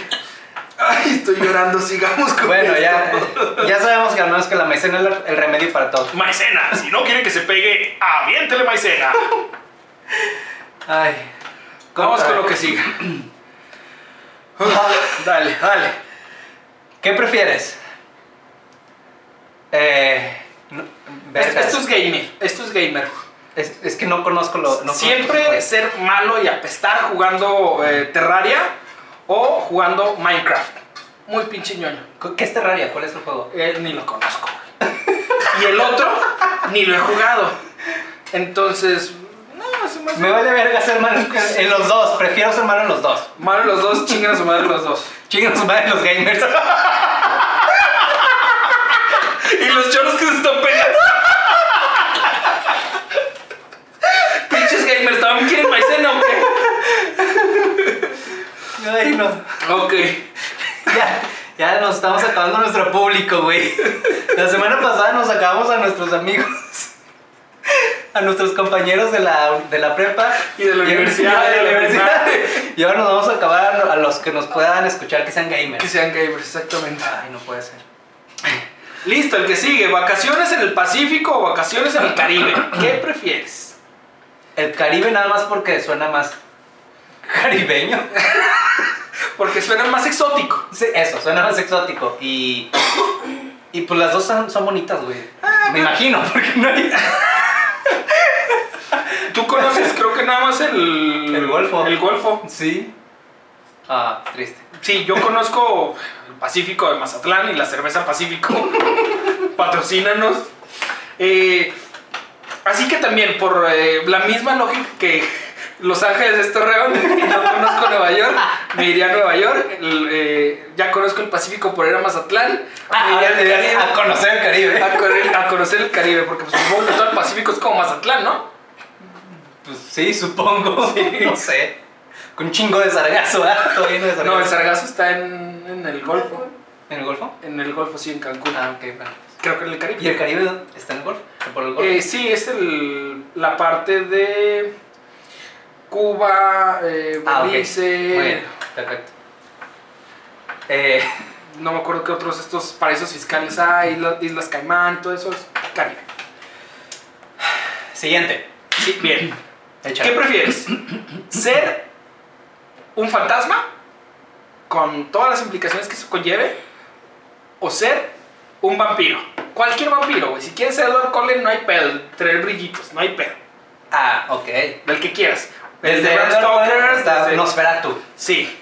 Speaker 3: Ay, estoy llorando. Sigamos con
Speaker 2: Bueno,
Speaker 3: esto.
Speaker 2: ya, ya sabemos que al menos que la maicena es el remedio para todo.
Speaker 5: Maicena, si no quiere que se pegue, aviéntele maicena.
Speaker 2: Ay.
Speaker 3: Vamos con
Speaker 2: Contra.
Speaker 3: lo que sigue. dale, dale.
Speaker 2: ¿Qué prefieres? Eh. no-
Speaker 3: Esto,
Speaker 2: verga,
Speaker 3: esto es gamer. Esto es gamer.
Speaker 2: es, es que no conozco lo. no
Speaker 3: Siempre
Speaker 2: conozco-
Speaker 3: ser malo y apestar jugando eh, Terraria o jugando Minecraft. Muy pinche ñoño.
Speaker 2: ¿Cu- ¿Qué es Terraria? ¿Cuál es el juego?
Speaker 3: Eh, ni lo conozco. güey. y el otro, ni lo he jugado. Entonces, no, se me hace
Speaker 2: Me vale verga ser malo en- en los dos. Prefiero ser malo en los dos.
Speaker 3: Malo los dos, chingan a su madre los dos.
Speaker 2: Chingan su madre los gamers.
Speaker 3: Y los choros que se están pegando. Pinches gamers gamers, ¿también quieren maicena o qué?
Speaker 2: Ay, no.
Speaker 3: Ok.
Speaker 2: Ya, ya nos estamos acabando nuestro público, güey. La semana pasada nos acabamos a nuestros amigos. A nuestros compañeros de la, de la prepa.
Speaker 3: Y de la universidad,
Speaker 2: Y, de la
Speaker 3: de la
Speaker 2: universidad. y ahora nos vamos a acabar a, a los que nos puedan escuchar que sean
Speaker 3: Que
Speaker 2: gamers.
Speaker 3: sean gamers, exactamente.
Speaker 2: Ay, no puede ser.
Speaker 3: Listo, el que sigue. ¿Vacaciones en el Pacífico o vacaciones en el Caribe? ¿Qué prefieres?
Speaker 2: El Caribe nada más porque suena más caribeño.
Speaker 3: Porque suena más exótico.
Speaker 2: Sí, eso, suena más exótico. Y, y pues las dos son, son bonitas, güey. Me imagino, porque no hay...
Speaker 3: Tú conoces, creo que nada más el...
Speaker 2: El Golfo.
Speaker 3: El Golfo.
Speaker 2: Sí. Ah, triste.
Speaker 3: Sí, yo conozco el Pacífico de Mazatlán y la cerveza Pacífico. Patrocínanos. Eh, así que también, por eh, la misma lógica que Los Ángeles es Torreón y no conozco Nueva York, me iría a Nueva York. El, eh, ya conozco el Pacífico por ir a Mazatlán. Me iría
Speaker 2: Ah, ahora
Speaker 3: al
Speaker 2: te
Speaker 3: Caribe.
Speaker 2: vas a conocer el Caribe.
Speaker 3: a, correr- a conocer el Caribe, porque pues supongo que todo el Pacífico es como Mazatlán, ¿no?
Speaker 2: Pues sí, supongo. No sé. Con un chingo de sargazo, ¿ah? Todo lleno de sargazo.
Speaker 3: No, el Sargazo está en, en el Golfo.
Speaker 2: ¿En el Golfo?
Speaker 3: En el Golfo, sí, en Cancún.
Speaker 2: Ah, ok, bueno.
Speaker 3: Creo que en el Caribe.
Speaker 2: ¿Y el Caribe dónde? está en el Golfo? ¿Por el Golfo?
Speaker 3: Eh, sí, es el, la parte de Cuba, eh,
Speaker 2: ah, ok.
Speaker 3: Belice,
Speaker 2: Muy bien, perfecto. Eh,
Speaker 3: no me acuerdo qué otros estos paraísos fiscales hay, la- Islas Caimán, todo eso es Caribe.
Speaker 2: siguiente.
Speaker 3: Sí, bien.
Speaker 2: Échale.
Speaker 3: ¿Qué prefieres? ¿Ser un fantasma con todas las implicaciones que eso conlleve o ser un vampiro? Cualquier vampiro, güey. Si quieres ser Edward Cullen, no hay pedo. Traer brillitos, no hay pedo.
Speaker 2: Ah, ok.
Speaker 3: Del que quieras.
Speaker 2: Desde
Speaker 3: Bram
Speaker 2: Edward
Speaker 3: Stoker,
Speaker 2: Cullen hasta
Speaker 3: desde-
Speaker 2: Nosferatu.
Speaker 3: Sí,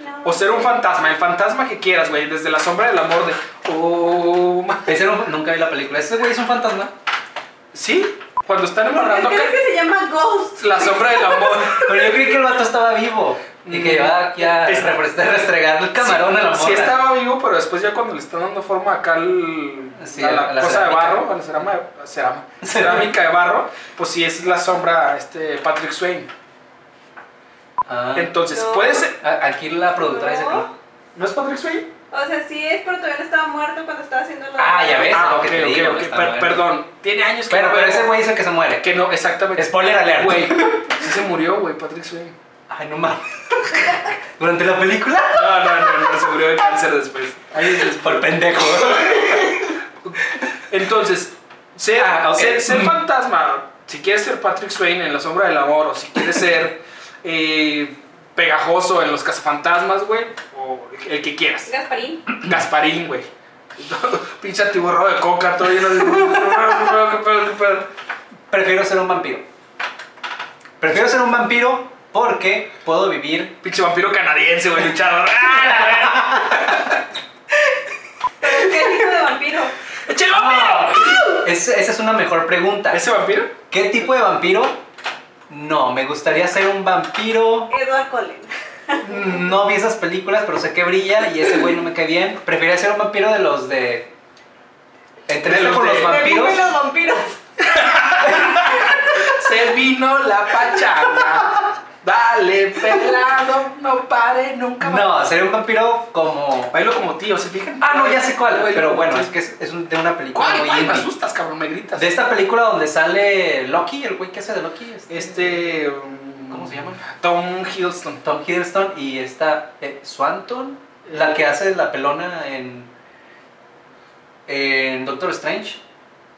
Speaker 4: No.
Speaker 3: O ser un fantasma, el fantasma que quieras, güey, desde la sombra del amor de. Oh, ma-
Speaker 2: Ese no- nunca vi la película. Ese güey es un fantasma.
Speaker 3: sí, cuando están enamorando
Speaker 4: ¿Crees
Speaker 3: ca-
Speaker 4: que se llama Ghost?
Speaker 3: la sombra del amor.
Speaker 2: Pero yo creí que el vato estaba vivo. Y que llevaba aquí a
Speaker 3: Es-
Speaker 2: refres- a restregar el camarón a la morra.
Speaker 3: Sí estaba vivo, pero después ya cuando le están dando forma acá al-
Speaker 2: Sí,
Speaker 3: a la,
Speaker 2: a la
Speaker 3: cosa de
Speaker 2: cerámica.
Speaker 3: barro, a la cerama, cerama- cerámica de barro, pues sí es la sombra este Patrick Swain.
Speaker 2: Ah.
Speaker 3: Entonces,
Speaker 4: No.
Speaker 3: puede ser.
Speaker 2: A- Aquí la productora dice que no.
Speaker 4: No.
Speaker 3: ¿No es Patrick Swain?
Speaker 4: O sea, sí es, pero todavía no estaba muerto cuando estaba haciendo lo
Speaker 2: Ah, ya ves. Es
Speaker 3: ah,
Speaker 2: lo
Speaker 3: ok,
Speaker 2: que te
Speaker 3: ok,
Speaker 2: digo,
Speaker 3: ok,
Speaker 2: está
Speaker 3: per-
Speaker 2: bueno.
Speaker 3: perdón. Tiene años que
Speaker 2: Pero,
Speaker 3: no
Speaker 2: pero
Speaker 3: veo-
Speaker 2: ese güey es el que se muere.
Speaker 3: Que no, exactamente.
Speaker 2: Spoiler alert.
Speaker 3: Güey, sí se murió, güey, Patrick Swain.
Speaker 2: Ay, no mames. Durante la película.
Speaker 3: No, no, no, no, se murió de cáncer después.
Speaker 2: Ay, es por pendejo.
Speaker 3: Entonces, ser,
Speaker 2: Ah, ok.
Speaker 3: ser- ser fantasma, si quieres ser Patrick Swain en La Sombra del Amor, o si quieres ser eh, pegajoso en Los Cazafantasmas, güey, o el, el que quieras.
Speaker 4: Gasparín.
Speaker 3: Gasparín, güey. Pinche tiburro de coca, todo lleno de... ¿Qué pedo, qué pedo?
Speaker 2: Prefiero ser un vampiro. Prefiero ser un vampiro porque puedo vivir.
Speaker 3: Pinche vampiro canadiense, güey, luchador. ¡Ah,
Speaker 4: ¿Pero qué tipo de vampiro?
Speaker 3: la verga! ¡Eche vampiro!
Speaker 2: Ah. Es- esa es una mejor pregunta.
Speaker 3: ¿Ese vampiro?
Speaker 2: ¿Qué tipo de vampiro? No, me gustaría ser un vampiro.
Speaker 4: Edward Cullen.
Speaker 2: Mm, No vi esas películas, pero sé que brilla y ese güey no me cae bien. Preferiría ser un vampiro de los de.
Speaker 3: De
Speaker 2: Entrevista
Speaker 3: los
Speaker 2: con
Speaker 3: de-
Speaker 2: los vampiros.
Speaker 4: Me los vampiros.
Speaker 3: Se vino la pachanga. Dale, pelado, no pare nunca más.
Speaker 2: No, sería un vampiro como.
Speaker 3: Bailo como tío, ¿se fijan?
Speaker 2: Ah, no, ya sé cuál.
Speaker 3: Bailo
Speaker 2: Pero
Speaker 3: como
Speaker 2: bueno,
Speaker 3: tío.
Speaker 2: es que es, es un- de una película
Speaker 3: ¿Cuál?
Speaker 2: muy
Speaker 3: ¿Cuál? Me
Speaker 2: indie.
Speaker 3: asustas, cabrón, me gritas.
Speaker 2: De esta película donde sale Loki, el güey que hace de Loki.
Speaker 3: Este... um,
Speaker 2: ¿Cómo se llama?
Speaker 3: Tom Hiddleston.
Speaker 2: Tom Hiddleston y esta eh, Swanton, la que hace la pelona en. En Doctor Strange.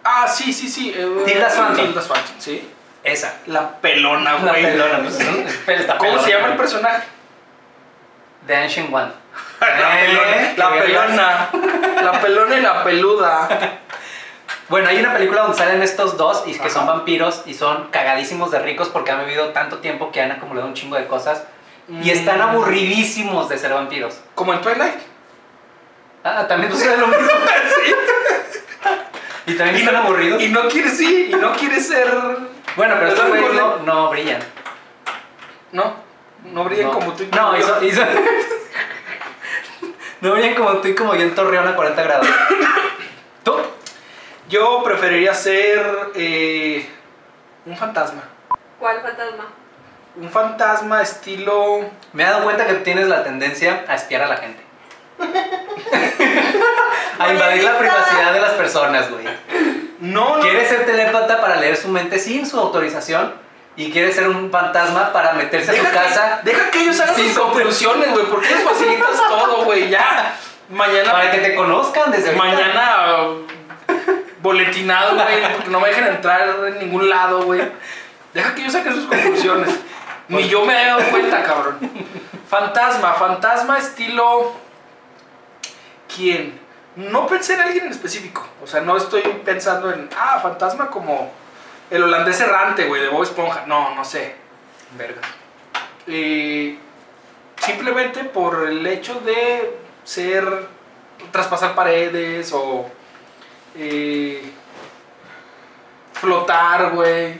Speaker 3: Ah, sí, sí, sí. eh,
Speaker 2: Tilda Swinton.
Speaker 3: Tilda Swinton, sí.
Speaker 2: Esa.
Speaker 3: La pelona,
Speaker 2: La
Speaker 3: güey.
Speaker 2: pelona, pues, ¿no? Esta
Speaker 3: ¿Cómo
Speaker 2: pelona.
Speaker 3: se llama el personaje?
Speaker 2: The Ancient One.
Speaker 3: La
Speaker 2: Eh,
Speaker 3: pelona. La
Speaker 2: qué vergas.
Speaker 3: pelona. La pelona y la peluda.
Speaker 2: Bueno, hay una película donde salen estos dos y que son vampiros y son cagadísimos de ricos porque han vivido tanto tiempo que han acumulado un chingo de cosas y
Speaker 3: Mm.
Speaker 2: están aburridísimos de ser vampiros.
Speaker 3: Como en Twilight.
Speaker 2: Ah, también sucede lo mismo. y también están aburridos.
Speaker 3: Y no quiere, sí, y no quiere ser...
Speaker 2: Bueno, pero estos
Speaker 3: Edward
Speaker 2: güeyes no,
Speaker 3: Cullen.
Speaker 2: no brillan.
Speaker 3: No, no brillan
Speaker 2: no.
Speaker 3: como tú. y
Speaker 2: No,
Speaker 3: como yo.
Speaker 2: hizo. hizo- no brillan como tú y como yo en Torreón a 40 grados. ¿Tú?
Speaker 3: Yo preferiría ser eh, un fantasma.
Speaker 4: ¿Cuál fantasma?
Speaker 3: Un fantasma estilo.
Speaker 2: Me he dado cuenta que tienes la tendencia a espiar a la gente. a invadir la privacidad de las personas, güey.
Speaker 3: No, no.
Speaker 2: Quieres ser telépata para leer su mente sin su autorización y quieres ser un fantasma para meterse a
Speaker 3: Deja
Speaker 2: su casa
Speaker 3: Que, deja que ellos hagan
Speaker 2: Sí,
Speaker 3: sus
Speaker 2: no.
Speaker 3: conclusiones, güey. ¿Por qué les facilitas todo, güey? Ya. Mañana.
Speaker 2: para que te conozcan desde ahorita.
Speaker 3: Mañana eh, boletinado, güey, porque no me dejen entrar en ningún lado, güey. Deja que yo saque sus conclusiones. Ni yo me he dado cuenta, cabrón. Fantasma, fantasma estilo. ¿Quién? No pensé en alguien en específico. O sea, no estoy pensando en. Ah, fantasma como el holandés errante, güey, de Bob Esponja. No, no sé. Verga. Eh, simplemente por el hecho de ser traspasar paredes o eh, flotar, güey.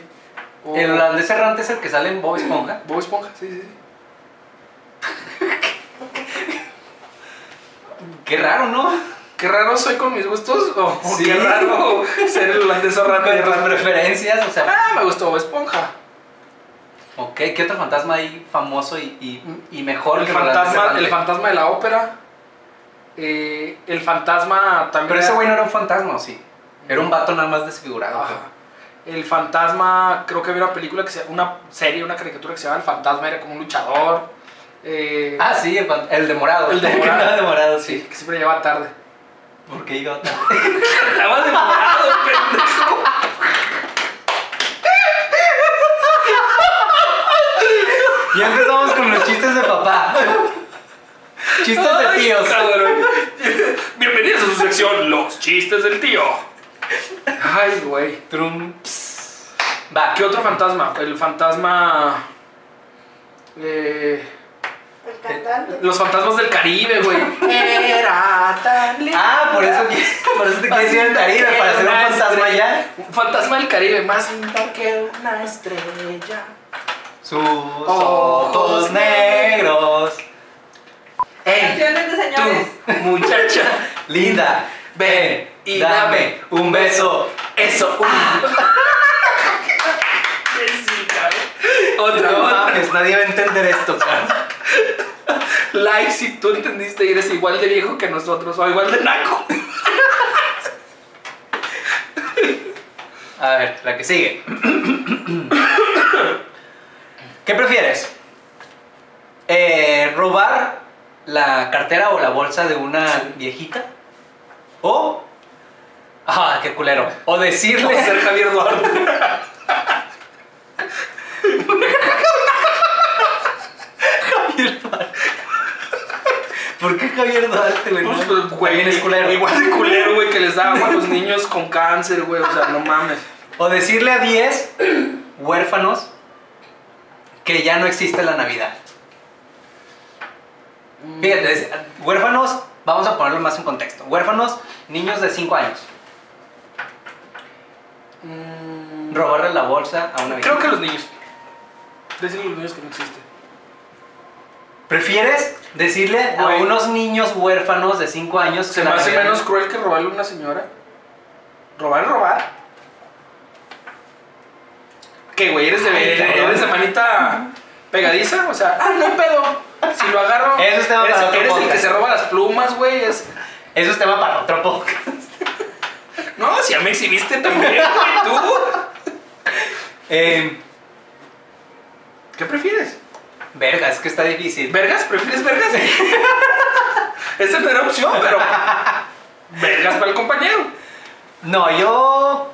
Speaker 3: o-
Speaker 2: El holandés errante es el que sale en Bob Esponja.
Speaker 3: Bob Esponja, sí, sí, sí.
Speaker 2: Qué raro, ¿no?
Speaker 3: Qué raro soy con mis gustos o o
Speaker 2: Sí.
Speaker 3: qué raro ser el holandés errante.
Speaker 2: Con tus preferencias, o sea.
Speaker 3: Ah, me gustó Bob Esponja.
Speaker 2: Ok, ¿qué otro fantasma hay famoso y, y- y mejor
Speaker 3: El
Speaker 2: que holandés
Speaker 3: fantasma,
Speaker 2: errante?
Speaker 3: el fantasma de la ópera. eh, el fantasma también.
Speaker 2: Pero ese
Speaker 3: era-
Speaker 2: güey no era un fantasma, ¿o sí? Era un vato nada más desfigurado.
Speaker 3: Ajá. Ah, El fantasma, creo que había una película que se una serie, una caricatura que se llamaba El Fantasma, era como un luchador. eh,
Speaker 2: Ah, sí, el, fan- el de morado.
Speaker 3: El de
Speaker 2: que
Speaker 3: morado.
Speaker 2: andaba de morado, sí.
Speaker 3: sí, que siempre llegaba tarde.
Speaker 2: ¿Por qué iba tan-
Speaker 3: Estabas enamorado, pendejo.
Speaker 2: Ya empezamos con los chistes de papá. Chistes de tíos.
Speaker 3: Cabrón. Bienvenidos a su sección, los chistes del tío. Ay, güey.
Speaker 2: Trum. Va,
Speaker 3: ¿Qué otro fantasma? El fantasma. eh,
Speaker 4: El cantante.
Speaker 3: los fantasmas del Caribe, güey. Era tan lindo.
Speaker 2: Ah, por eso, que- por eso te quieres ir al Caribe, para ser un
Speaker 3: Una
Speaker 2: fantasma
Speaker 3: estrella.
Speaker 2: ya.
Speaker 3: Un fantasma del Caribe, más lindo que una estrella.
Speaker 2: Sus ojos negros.
Speaker 3: ¡Ey!
Speaker 4: Canciones de señores.
Speaker 3: Tú, muchacha,
Speaker 2: Linda, ven y dame un beso.
Speaker 3: eso. uh. Sí, cabrón. Otra,
Speaker 2: No
Speaker 3: otra.
Speaker 2: mames, nadie va a entender esto, cara.
Speaker 3: Like si tú entendiste y eres igual de viejo que nosotros o igual de naco.
Speaker 2: A ver, la que sigue. ¿Qué prefieres? Eh, ¿Robar la cartera o la bolsa de una viejita? ¿O... Ah, qué culero. O
Speaker 3: Por
Speaker 2: decirle...
Speaker 3: ser Javier Duarte.
Speaker 2: ¿Por qué Javier Duarte, güey?
Speaker 3: Pues,
Speaker 2: No,
Speaker 3: güey,
Speaker 2: también es culero.
Speaker 3: Igual de culero, güey, que les da agua a los niños con cáncer, güey. O sea, no mames.
Speaker 2: O decirle a 10 huérfanos que ya no existe la Navidad.
Speaker 3: Mm.
Speaker 2: Fíjate, es- huérfanos, vamos a ponerlo más en contexto. Huérfanos, niños de 5 años. Robarle la bolsa a una
Speaker 3: Creo
Speaker 2: viejita.
Speaker 3: que los niños. Decirle a los niños que no existe.
Speaker 2: ¿Prefieres decirle a
Speaker 3: Güey.
Speaker 2: unos niños huérfanos de 5 años
Speaker 3: Se
Speaker 2: que
Speaker 3: me
Speaker 2: la
Speaker 3: hace
Speaker 2: Navidad-
Speaker 3: menos cruel que robarle a una señora. Robar, robar. ¿Qué, güey? ¿Eres de,
Speaker 2: Ay, cabrón.
Speaker 3: eres de manita pegadiza? O sea, ah, no hay pedo. Si lo agarro.
Speaker 2: Eso es tema
Speaker 3: eres,
Speaker 2: para otro
Speaker 3: eres el que
Speaker 2: podcast.
Speaker 3: se roba las plumas, güey. Es...
Speaker 2: Eso es tema para otro podcast.
Speaker 3: No, si ya me exhibiste también, güey, tú.
Speaker 2: Eh,
Speaker 3: ¿Qué prefieres?
Speaker 2: verga, es que está difícil.
Speaker 3: ¿Vergas? ¿Prefieres vergas? Esa no era opción, pero. Vergas para el compañero.
Speaker 2: No, yo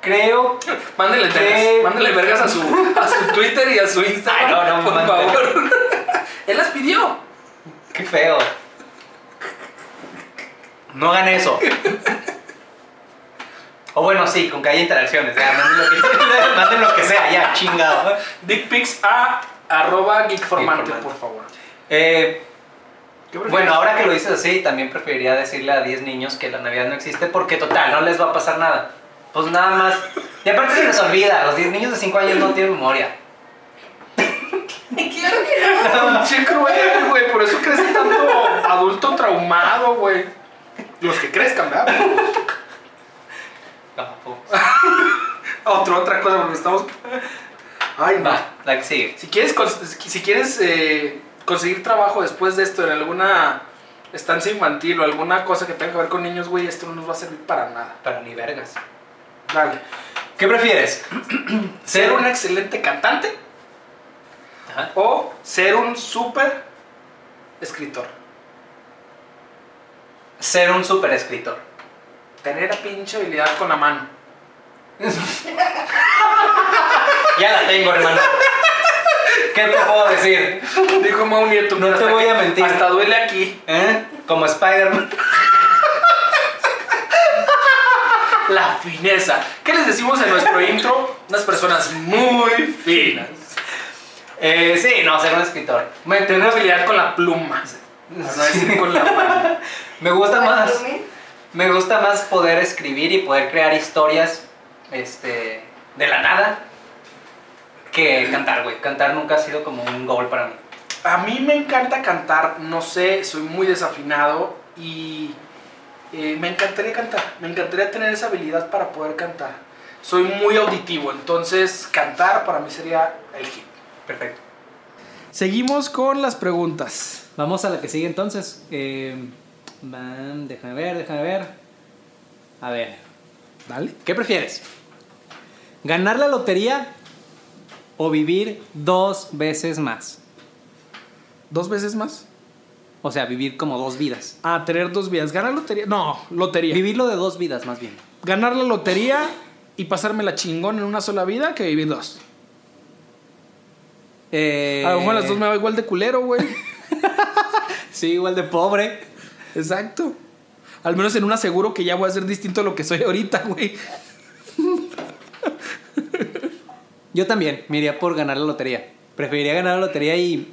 Speaker 2: creo
Speaker 3: Mándele
Speaker 2: ¿Qué?
Speaker 3: vergas, mándele vergas a su, a su Twitter y a su Instagram,
Speaker 2: Ay, no, no,
Speaker 3: por
Speaker 2: mándele.
Speaker 3: favor. Él las pidió.
Speaker 2: Qué feo. No hagan eso. O bueno, sí, con que haya interacciones. Ya, manden, lo que, manden lo que sea, ya, chingado.
Speaker 3: Dick pics a arroba geekformante,
Speaker 2: Geekformante.
Speaker 3: por favor.
Speaker 2: Eh,
Speaker 3: ¿Qué prefieres?
Speaker 2: bueno, ahora que lo dices así, también preferiría decirle a 10 niños que la Navidad no existe porque total, no les va a pasar nada. Pues nada más. Y aparte se les olvida, los 10 niños de 5 años no tienen memoria.
Speaker 4: Quiero que no.
Speaker 3: Che cruel, güey. Por eso crece tanto adulto traumado, güey. Los que crezcan, ¿verdad?
Speaker 2: Tampoco.
Speaker 3: Otro, otra cosa, porque estamos
Speaker 6: Ay, no.
Speaker 7: Va, la que sigue.
Speaker 6: Si quieres, cons- si quieres eh, conseguir trabajo después de esto en alguna estancia infantil o alguna cosa que tenga que ver con niños, güey, esto no nos va a servir para nada.
Speaker 7: Para ni vergas.
Speaker 6: Dale.
Speaker 7: ¿Qué prefieres?
Speaker 6: Ser un excelente cantante
Speaker 7: Ajá.
Speaker 6: o ser un súper escritor.
Speaker 7: Ser un super escritor.
Speaker 6: Tener la pinche habilidad con la mano.
Speaker 7: Ya la tengo, hermano. ¿Qué te puedo decir?
Speaker 6: Dijo Mau Nieto.
Speaker 7: No
Speaker 6: "Mira,
Speaker 7: te
Speaker 6: hasta
Speaker 7: voy
Speaker 6: que-
Speaker 7: a mentir".
Speaker 6: Hasta duele aquí.
Speaker 7: ¿Eh? Como Spider-Man.
Speaker 6: La fineza. ¿Qué les decimos en nuestro intro? Unas personas muy finas.
Speaker 7: Eh, sí, no, ser un escritor. Me,
Speaker 6: Tener una habilidad con la pluma. No decir con la mano.
Speaker 7: me gusta más.
Speaker 4: Resumen,
Speaker 7: Me gusta más poder escribir y poder crear historias este, de la nada que cantar, güey. Cantar nunca ha sido como un goal para mí.
Speaker 6: A mí me encanta cantar, no sé, soy muy desafinado y eh, me encantaría cantar, me encantaría tener esa habilidad para poder cantar. Soy muy auditivo, entonces cantar para mí sería el hit.
Speaker 7: Perfecto.
Speaker 3: Seguimos con las preguntas.
Speaker 2: Vamos a la que sigue entonces. Eh, bam, déjame ver, déjame ver. A ver,
Speaker 3: Dale.
Speaker 2: ¿qué prefieres? ¿Ganar la lotería o vivir dos veces más?
Speaker 3: ¿Dos veces más?
Speaker 2: O sea, vivir como dos vidas.
Speaker 3: Ah, tener dos vidas. ¿Ganar lotería? No, lotería.
Speaker 2: Vivirlo de dos vidas más bien.
Speaker 3: Ganar la lotería y pasarme la chingón en una sola vida que vivir dos.
Speaker 2: Eh,
Speaker 3: A lo mejor las dos me va igual de culero, güey.
Speaker 2: Sí, igual de pobre.
Speaker 3: Exacto. Al menos en una seguro que ya voy a ser distinto a lo que soy ahorita, güey.
Speaker 2: Yo también me iría por ganar la lotería. Preferiría ganar la lotería y,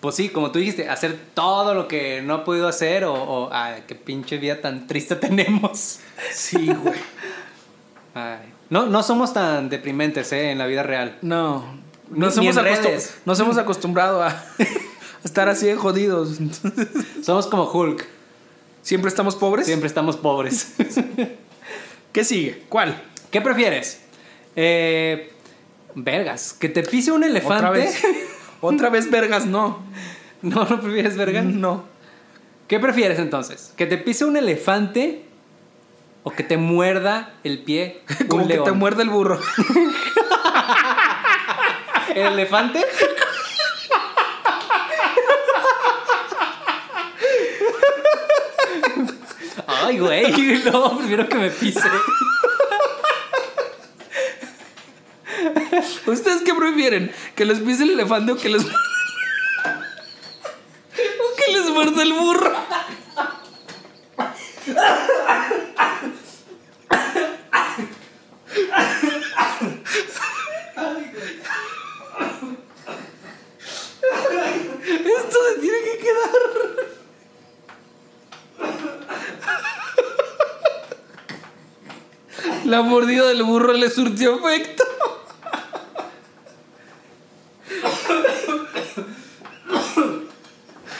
Speaker 2: pues sí, como tú dijiste, hacer todo lo que no he podido hacer o, o ay, qué pinche vida tan triste tenemos.
Speaker 3: Sí, güey.
Speaker 2: Ay. No, no somos tan deprimentes ¿eh? en la vida real.
Speaker 3: No.
Speaker 2: Ni-
Speaker 3: Nos,
Speaker 2: ni
Speaker 3: hemos
Speaker 2: en
Speaker 3: acostu-
Speaker 2: redes.
Speaker 3: nos hemos acostumbrado a, a estar así de jodidos.
Speaker 2: Somos como Hulk,
Speaker 3: ¿Siempre estamos pobres?
Speaker 2: siempre estamos pobres.
Speaker 3: ¿Qué sigue? ¿Cuál?
Speaker 2: ¿Qué prefieres? Eh, vergas, que te pise un elefante.
Speaker 3: ¿Otra vez? ¿Otra vez vergas? No.
Speaker 2: No, no prefieres verga.
Speaker 3: No.
Speaker 2: ¿Qué prefieres entonces? ¿Que te pise un elefante o que te muerda el pie? un
Speaker 3: Como que te
Speaker 2: león?
Speaker 3: muerde el burro.
Speaker 2: ¿El elefante? Ay, güey, no, prefiero que me pise.
Speaker 3: ¿Ustedes qué prefieren? ¿Que les pise el elefante o que les... o que les muerde el burro? Esto se tiene que quedar. La mordida del burro le surtió efecto.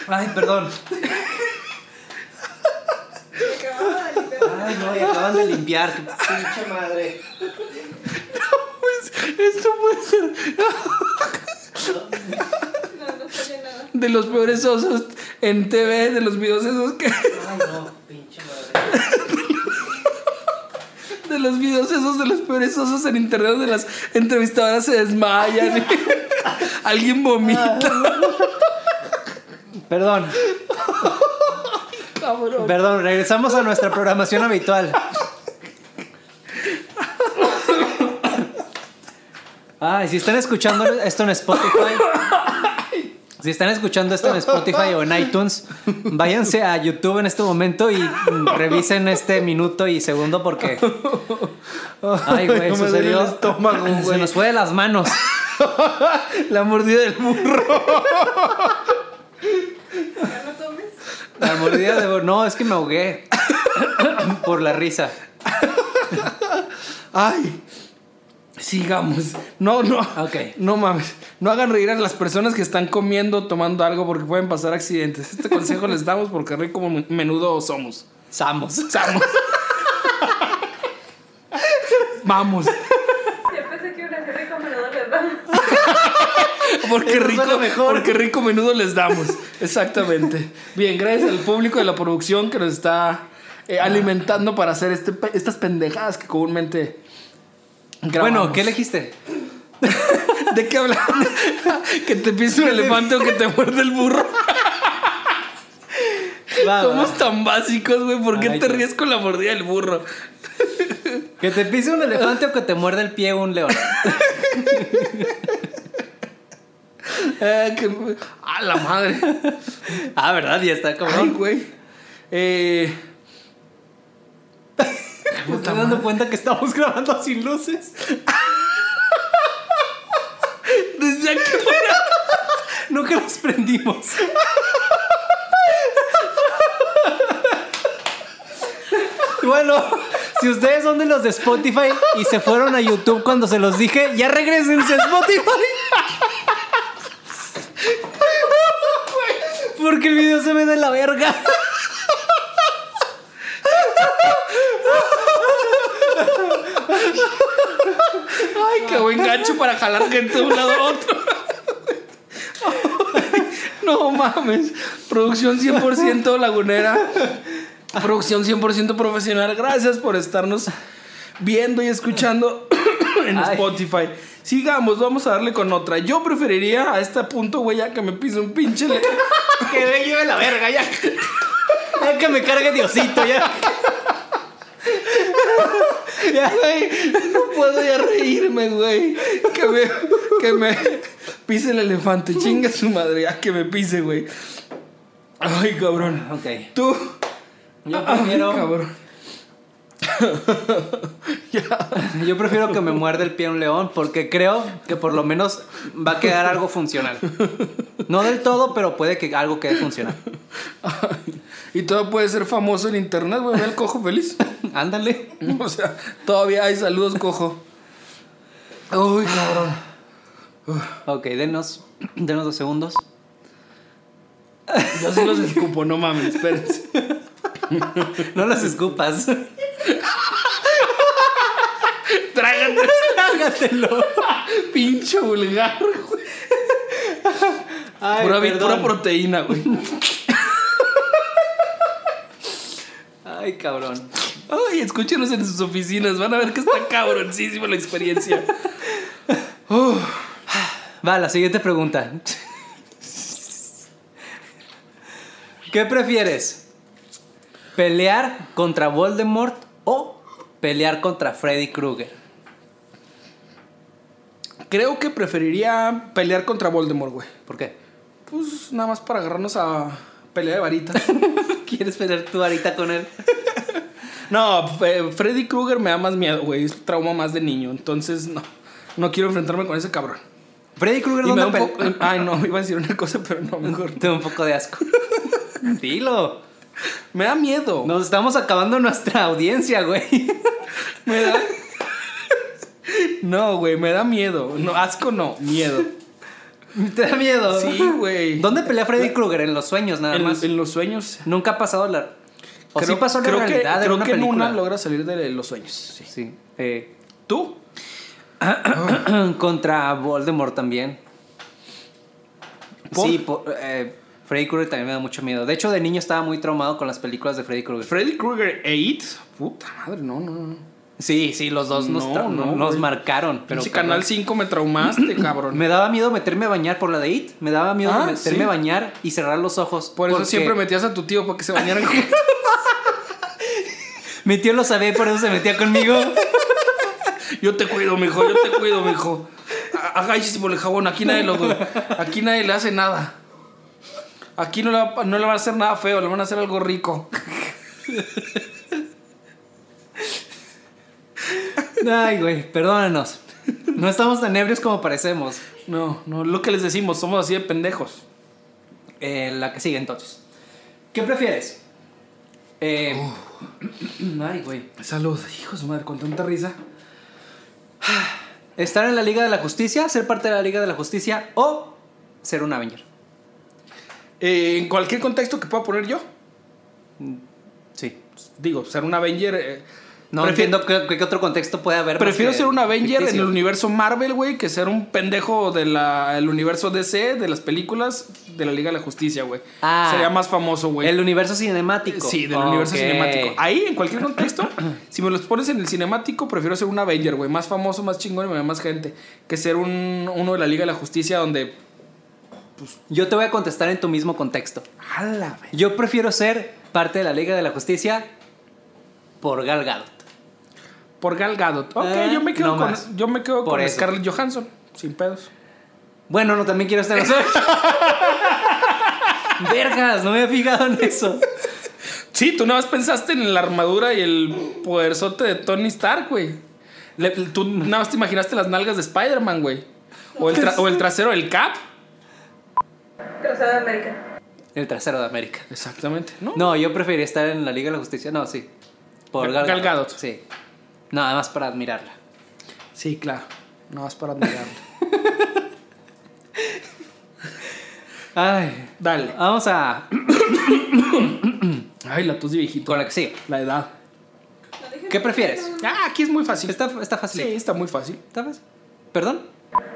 Speaker 2: Ay, perdón. Ay, no, y acaban de limpiar. Pinche madre.
Speaker 3: Pues, Esto puede ser
Speaker 4: No, no sale nada.
Speaker 3: de los peores osos en TV, de los videos esos que.
Speaker 7: Ay, no, pinche madre.
Speaker 3: De los videos esos de los peores osos en internet, de las entrevistadoras se desmayan. Alguien vomita.
Speaker 2: Perdón. Perdón, regresamos a nuestra programación habitual. Ay, si están escuchando esto en Spotify, si están escuchando esto en Spotify o en iTunes, váyanse a YouTube en este momento y mm, revisen este minuto y segundo porque. Ay, güey,
Speaker 3: No me duele
Speaker 2: sucedió.
Speaker 3: el estómago,
Speaker 2: Se
Speaker 3: güey.
Speaker 2: nos fue de las manos.
Speaker 3: La mordida del burro.
Speaker 4: Ya no tomes.
Speaker 2: La mordida de. No, es que me ahogué. Por la risa.
Speaker 3: Ay. Sigamos. No, no.
Speaker 2: Ok.
Speaker 3: No mames. No hagan reír a las personas que están comiendo, tomando algo porque pueden pasar accidentes. Este consejo les damos porque rico como menudo somos.
Speaker 2: Samos.
Speaker 3: Somos. Vamos.
Speaker 4: Ya pensé que iban a ser recomendado, ¿verdad?
Speaker 3: porque
Speaker 8: Eso suena
Speaker 3: rico,
Speaker 8: mejor.
Speaker 3: porque rico menudo les damos. Exactamente. Bien, gracias al público de la producción que nos está eh, alimentando para hacer este pe- estas pendejadas que comúnmente
Speaker 2: Bueno,
Speaker 3: grabamos.
Speaker 2: ¿qué elegiste?
Speaker 3: ¿De qué hablar? que te pise un elefante o que te muerde el burro.
Speaker 2: Va, va.
Speaker 3: Somos tan básicos, güey. ¿Por qué
Speaker 2: Ay,
Speaker 3: te
Speaker 2: qué-
Speaker 3: ríes con la mordida del burro?
Speaker 2: ¿Que te pise un elefante o que te muerde el pie un león?
Speaker 3: Ah, que- A la madre.
Speaker 2: Ah, ¿verdad? Ya está,
Speaker 3: Ay,
Speaker 2: cabrón.
Speaker 3: güey. Eh,
Speaker 2: Me estoy dando cuenta que estamos grabando sin luces.
Speaker 3: desde aquí
Speaker 2: Nunca las prendimos. Bueno, si ustedes son de los de Spotify y se fueron a YouTube cuando se los dije, ya regresense a Spotify. Porque el video se ve de la verga.
Speaker 3: Ay, qué buen gancho para jalar gente de un lado a otro. Ay, no mames. Producción 100% lagunera. Producción 100% profesional. Gracias por estarnos viendo y escuchando en
Speaker 2: Ay.
Speaker 3: Spotify. Sigamos, vamos a darle con otra. Yo preferiría a este punto, güey, ya que me pise un pinche. le-
Speaker 2: Que ve yo de la verga, ya. Ya que me cargue Diosito, ya. Ya,
Speaker 3: Güey, no puedo ya reírme, güey. Que me, que me pise el elefante. Chinga su madre, ya que me pise, güey. Ay, cabrón.
Speaker 2: Ok.
Speaker 3: Tú.
Speaker 2: Yo
Speaker 3: Ay,
Speaker 2: prefiero,
Speaker 3: cabrón. ya.
Speaker 2: yo prefiero que me muerde el pie un león porque creo que por lo menos va a quedar algo funcional. No del todo, pero puede que algo quede funcional.
Speaker 3: Y todo puede ser famoso en internet, güey. Ve el cojo feliz.
Speaker 2: Ándale.
Speaker 3: O sea, todavía hay saludos, cojo. Uy, cabrón.
Speaker 2: Ok, denos, denos dos segundos.
Speaker 3: Yo sí los escupo, no mames, espérense.
Speaker 2: No las escupas.
Speaker 3: Trágate.
Speaker 2: Hágatelo.
Speaker 3: Pinche vulgar, güey.
Speaker 2: Ay,
Speaker 3: Pura, vi-
Speaker 2: perdón.
Speaker 3: pura proteína, güey.
Speaker 2: Ay, cabrón.
Speaker 3: Ay, escúchenos en sus oficinas. Van a ver que está cabroncísima la experiencia.
Speaker 2: Va, la siguiente pregunta. ¿Qué prefieres? ¿Pelear contra Voldemort o pelear contra Freddy Krueger?
Speaker 3: Creo que preferiría pelear contra Voldemort, güey.
Speaker 2: ¿Por qué?
Speaker 3: Pues nada más para agarrarnos a pelea de varitas.
Speaker 2: ¿Quieres pelear tu varita con él?
Speaker 3: No, Fe- Freddy Krueger me da más miedo, güey. Es trauma más de niño. Entonces, no. No quiero enfrentarme con ese cabrón.
Speaker 2: Freddy Krueger,
Speaker 3: Y me
Speaker 2: ¿dónde
Speaker 3: da un
Speaker 2: pelea?
Speaker 3: poco- eh, Ay, no, iba a decir una cosa, pero no, mejor.
Speaker 2: Tengo un poco de asco. Dilo.
Speaker 3: Me da miedo.
Speaker 2: Nos estamos acabando nuestra audiencia, güey.
Speaker 3: Me da. No, güey, me da miedo. No, asco no, miedo.
Speaker 2: ¿Te da miedo?
Speaker 3: Sí, güey.
Speaker 2: ¿Dónde pelea Freddy Krueger? En los sueños, nada
Speaker 3: En,
Speaker 2: más.
Speaker 3: en los sueños.
Speaker 2: Nunca ha pasado la... O sí pasó la
Speaker 3: creo que-
Speaker 2: realidad en
Speaker 3: creo
Speaker 2: una
Speaker 3: que en
Speaker 2: película.
Speaker 3: una logra salir de los sueños. sí.
Speaker 2: Sí. Eh,
Speaker 3: ¿Tú?
Speaker 2: Contra Voldemort también.
Speaker 3: ¿Por?
Speaker 2: Sí, por- eh, Freddy Krueger también me da mucho miedo. De hecho, de niño estaba muy traumado con las películas de Freddy Krueger.
Speaker 3: Freddy Krueger e It. Puta madre, no, no, no.
Speaker 2: Sí, sí, los dos nos,
Speaker 3: No,
Speaker 2: tra-
Speaker 3: no,
Speaker 2: nos
Speaker 3: güey.
Speaker 2: marcaron. Pero
Speaker 3: Pero Canal
Speaker 2: cabrón,
Speaker 3: 5 me traumaste, cabrón.
Speaker 2: me daba miedo meterme a bañar por la de It. Me daba miedo
Speaker 3: Ah,
Speaker 2: meterme
Speaker 3: sí.
Speaker 2: a bañar y cerrar los ojos.
Speaker 3: Por eso
Speaker 2: porque
Speaker 3: siempre metías a tu tío para que se bañaran juntos.
Speaker 2: Mi tío lo sabía y por eso se metía conmigo.
Speaker 3: Yo te cuido, mijo, yo te cuido, mijo. A- Agáchese por el jabón, aquí nadie lo aquí nadie le hace nada. Aquí no le, va, no le van a hacer nada feo, le van a hacer algo rico.
Speaker 2: Ay, güey, perdónanos. No estamos tan ebrios como parecemos.
Speaker 3: No, no, lo que les decimos, somos así de pendejos.
Speaker 2: Eh, la que sigue entonces. ¿Qué prefieres? Eh, Ay, güey.
Speaker 3: Salud, hijo de su madre, con tanta risa.
Speaker 2: ¿Estar en la Liga de la Justicia, ser parte de la Liga de la Justicia o ser un Avenger?
Speaker 3: Eh, en cualquier contexto que pueda poner yo,
Speaker 2: Sí.
Speaker 3: digo, ser un Avenger, eh,
Speaker 2: No
Speaker 3: Prefiero-
Speaker 2: entiendo qué, qué otro contexto puede haber. más
Speaker 3: Prefiero
Speaker 2: que
Speaker 3: ser un Avenger en
Speaker 2: ficticio.
Speaker 3: el universo Marvel, güey, que ser un pendejo del universo DC, de las películas, de la Liga de la Justicia, güey.
Speaker 2: Ah.
Speaker 3: Sería más famoso, güey.
Speaker 2: El universo cinemático.
Speaker 3: Sí, del universo
Speaker 2: Ok.
Speaker 3: cinemático. Ahí, en cualquier contexto, si me los pones en el cinemático, prefiero ser un Avenger, güey. Más famoso, más chingón y me ve más gente. Que ser un, uno de la Liga de la Justicia donde...
Speaker 2: Yo te voy a contestar en tu mismo contexto.
Speaker 3: ¡Hala, güey!
Speaker 2: Yo prefiero ser parte de la Liga de la Justicia por Gal Gadot.
Speaker 3: Por Gal Gadot. Ok,
Speaker 2: Ah,
Speaker 3: yo me quedo
Speaker 2: no
Speaker 3: con,
Speaker 2: más.
Speaker 3: yo me quedo
Speaker 2: Por
Speaker 3: con
Speaker 2: eso.
Speaker 3: Scarlett Johansson. Sin pedos.
Speaker 2: Bueno, no, también quiero ser. Vergas, no me había fijado en eso.
Speaker 3: Sí, tú nada más pensaste en la armadura y el poderzote de Tony Stark, güey. Le- tú nada más te imaginaste las nalgas de Spider-Man, güey. O el, tra- o el trasero del Cap.
Speaker 4: Cruzada América.
Speaker 2: El trasero de América.
Speaker 3: Exactamente, ¿no?
Speaker 2: No, yo preferiría estar en la Liga de la Justicia. No, sí. Por Gal,
Speaker 3: Gal Gadot.
Speaker 2: Sí. Nada más para admirarla.
Speaker 3: Sí, claro. Nada más para admirarlo.
Speaker 2: Ay.
Speaker 3: Dale.
Speaker 2: Vamos a.
Speaker 3: Ay, la tos de viejito.
Speaker 2: Con la que sigue.
Speaker 3: La edad.
Speaker 4: No dije
Speaker 2: ¿Qué
Speaker 4: que-
Speaker 2: prefieres?
Speaker 3: Ah, aquí es muy fácil.
Speaker 2: Está, está fácil.
Speaker 3: Sí, está muy fácil.
Speaker 2: ¿Está fácil? ¿Perdón?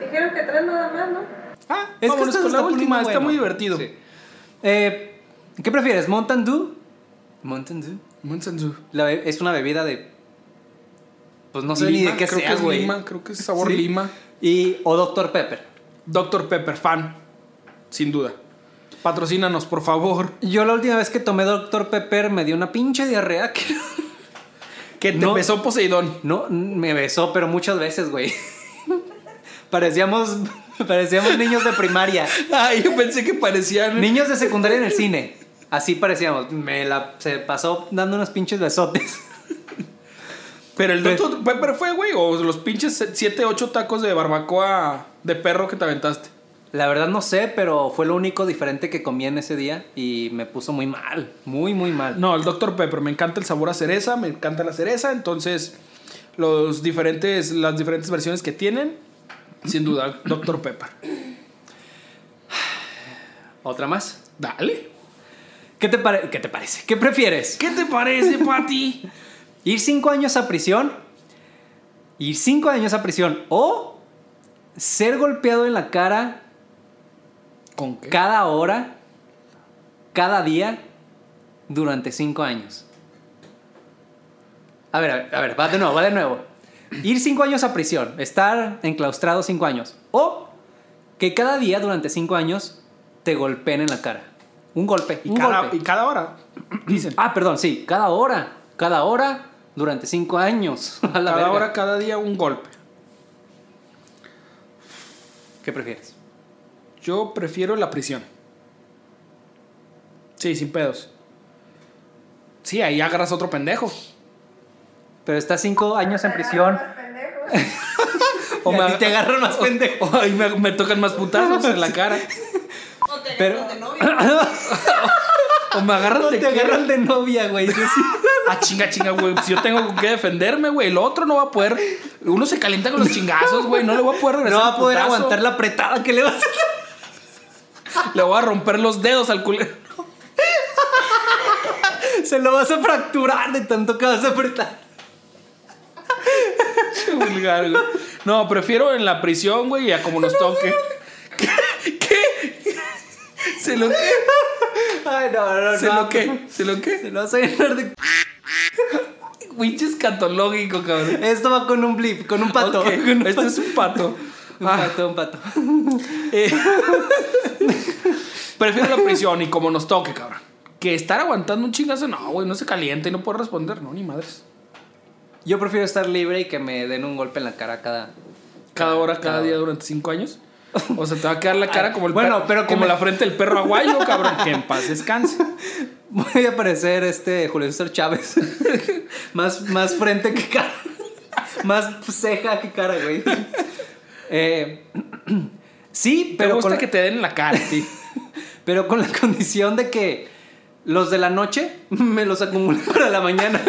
Speaker 4: Dijeron que tres nada más, ¿no?
Speaker 3: Ah,
Speaker 2: Es que
Speaker 3: vámonos
Speaker 2: esto se
Speaker 3: con la
Speaker 2: está
Speaker 3: última.
Speaker 2: poniendo
Speaker 3: Está muy
Speaker 2: bueno.
Speaker 3: divertido.
Speaker 2: Sí. Eh, ¿Qué prefieres? ¿Mountain Dew? ¿Mountain Dew?
Speaker 3: Mountain Dew.
Speaker 2: La be- es una bebida de. Pues no sé ni
Speaker 3: Lima,
Speaker 2: de qué
Speaker 3: creo
Speaker 2: sea,
Speaker 3: que es
Speaker 2: güey.
Speaker 3: lima, creo que es sabor
Speaker 2: Sí.
Speaker 3: lima.
Speaker 2: Y, o Dr. Pepper.
Speaker 3: Dr. Pepper, fan. Sin duda. Patrocínanos, por favor.
Speaker 2: Yo la última vez que tomé Dr. Pepper me dio una pinche diarrea que.
Speaker 3: Que te
Speaker 2: No.
Speaker 3: besó Poseidón.
Speaker 2: No, me besó, pero muchas veces, güey. parecíamos, parecíamos niños de primaria.
Speaker 3: Ay, yo pensé que parecían.
Speaker 2: Niños de secundaria en el cine. Así parecíamos. Me la se pasó dando unos pinches besotes. Pues,
Speaker 3: Pero el
Speaker 2: Pe-
Speaker 3: Dr. Pepper fue, güey, o los pinches 7, 8 tacos de barbacoa de perro que te aventaste.
Speaker 2: La verdad no sé, pero fue lo único diferente que comí en ese día y me puso muy mal. Muy, muy mal.
Speaker 3: No, el Dr. Pepper, me encanta el sabor a cereza, me encanta la cereza, entonces los diferentes, las diferentes versiones que tienen, sin duda, Dr. Pepper.
Speaker 2: ¿Otra más?
Speaker 3: Dale.
Speaker 2: ¿Qué te, pare- ¿Qué te parece? ¿Qué prefieres?
Speaker 3: ¿Qué te parece, Patty?
Speaker 2: ¿Ir cinco años a prisión? ¿Ir cinco años a prisión? ¿O ser golpeado en la cara
Speaker 3: ¿Con qué?
Speaker 2: cada hora, cada día, durante cinco años. A ver, a ver, a ver, va de nuevo, va de nuevo. Ir cinco años a prisión, estar enclaustrado cinco años. O que cada día durante cinco años te golpeen en la cara. Un golpe.
Speaker 3: Y
Speaker 2: un
Speaker 3: cada,
Speaker 2: golpe.
Speaker 3: y cada hora, dicen.
Speaker 2: Ah, perdón, sí, cada hora. Cada hora durante cinco años. A la
Speaker 3: cada
Speaker 2: verga.
Speaker 3: hora, cada día, un golpe.
Speaker 2: ¿Qué prefieres?
Speaker 3: Yo prefiero la prisión. Sí, sin pedos. Sí, ahí agarras otro pendejo.
Speaker 2: Pero estás cinco años en prisión.
Speaker 4: Más pendejos.
Speaker 3: O
Speaker 2: y a
Speaker 3: me-
Speaker 2: ti te agarran más pendejo.
Speaker 3: O ahí me, me tocan más putazos en la cara.
Speaker 4: O te
Speaker 2: Pero-
Speaker 4: o de novio.
Speaker 3: O me agarran de
Speaker 2: Te agarran de novia, güey. sí, sí.
Speaker 3: Ah, chinga, chinga, güey. Si yo tengo con qué defenderme, güey. El otro no va a poder. Uno se calienta con los chingazos, güey. No le voy a poder
Speaker 2: No
Speaker 3: regresar.
Speaker 2: va a
Speaker 3: el
Speaker 2: poder
Speaker 3: putazo.
Speaker 2: aguantar la apretada que le vas a hacer.
Speaker 3: Le voy a romper los dedos al culero.
Speaker 2: Se lo vas a fracturar de tanto que vas a apretar.
Speaker 3: Qué vulgar, güey. No, prefiero en la prisión, güey, a como nos toque. ¿Qué? ¿Qué? ¿Se lo qué?
Speaker 2: Ay, no, no, no.
Speaker 3: ¿Se lo qué? ¿Se lo
Speaker 2: Se
Speaker 3: qué?
Speaker 2: lo vas a llenar de.
Speaker 3: Pinche escatológico, cabrón.
Speaker 2: Esto va con un blip, con un pato.
Speaker 3: Ok,
Speaker 2: con un
Speaker 3: Este
Speaker 2: pato.
Speaker 3: es un pato.
Speaker 2: Un
Speaker 3: Ah.
Speaker 2: pato, un pato.
Speaker 3: Eh, prefiero la prisión y como nos toque, cabrón. Que estar aguantando un chingazo, no, güey, no se calienta y no puedo responder, no, ni madres.
Speaker 2: Yo prefiero estar libre y que me den un golpe en la cara cada.
Speaker 3: Cada hora, cada,
Speaker 2: Cada
Speaker 3: día
Speaker 2: hora.
Speaker 3: durante cinco años. O sea, te va a quedar la cara como el
Speaker 2: Bueno,
Speaker 3: perro-
Speaker 2: pero que
Speaker 3: como
Speaker 2: me-
Speaker 3: la frente del perro aguayo, cabrón. Que en paz descanse.
Speaker 2: Voy a parecer este Julio César Chávez. más, más frente que cara. más ceja que cara, güey. Eh, sí,
Speaker 3: Pero
Speaker 2: pero.
Speaker 3: me gusta
Speaker 2: con-
Speaker 3: que te den en la cara, sí.
Speaker 2: Pero con la condición de que los de la noche me los acumulo para la mañana.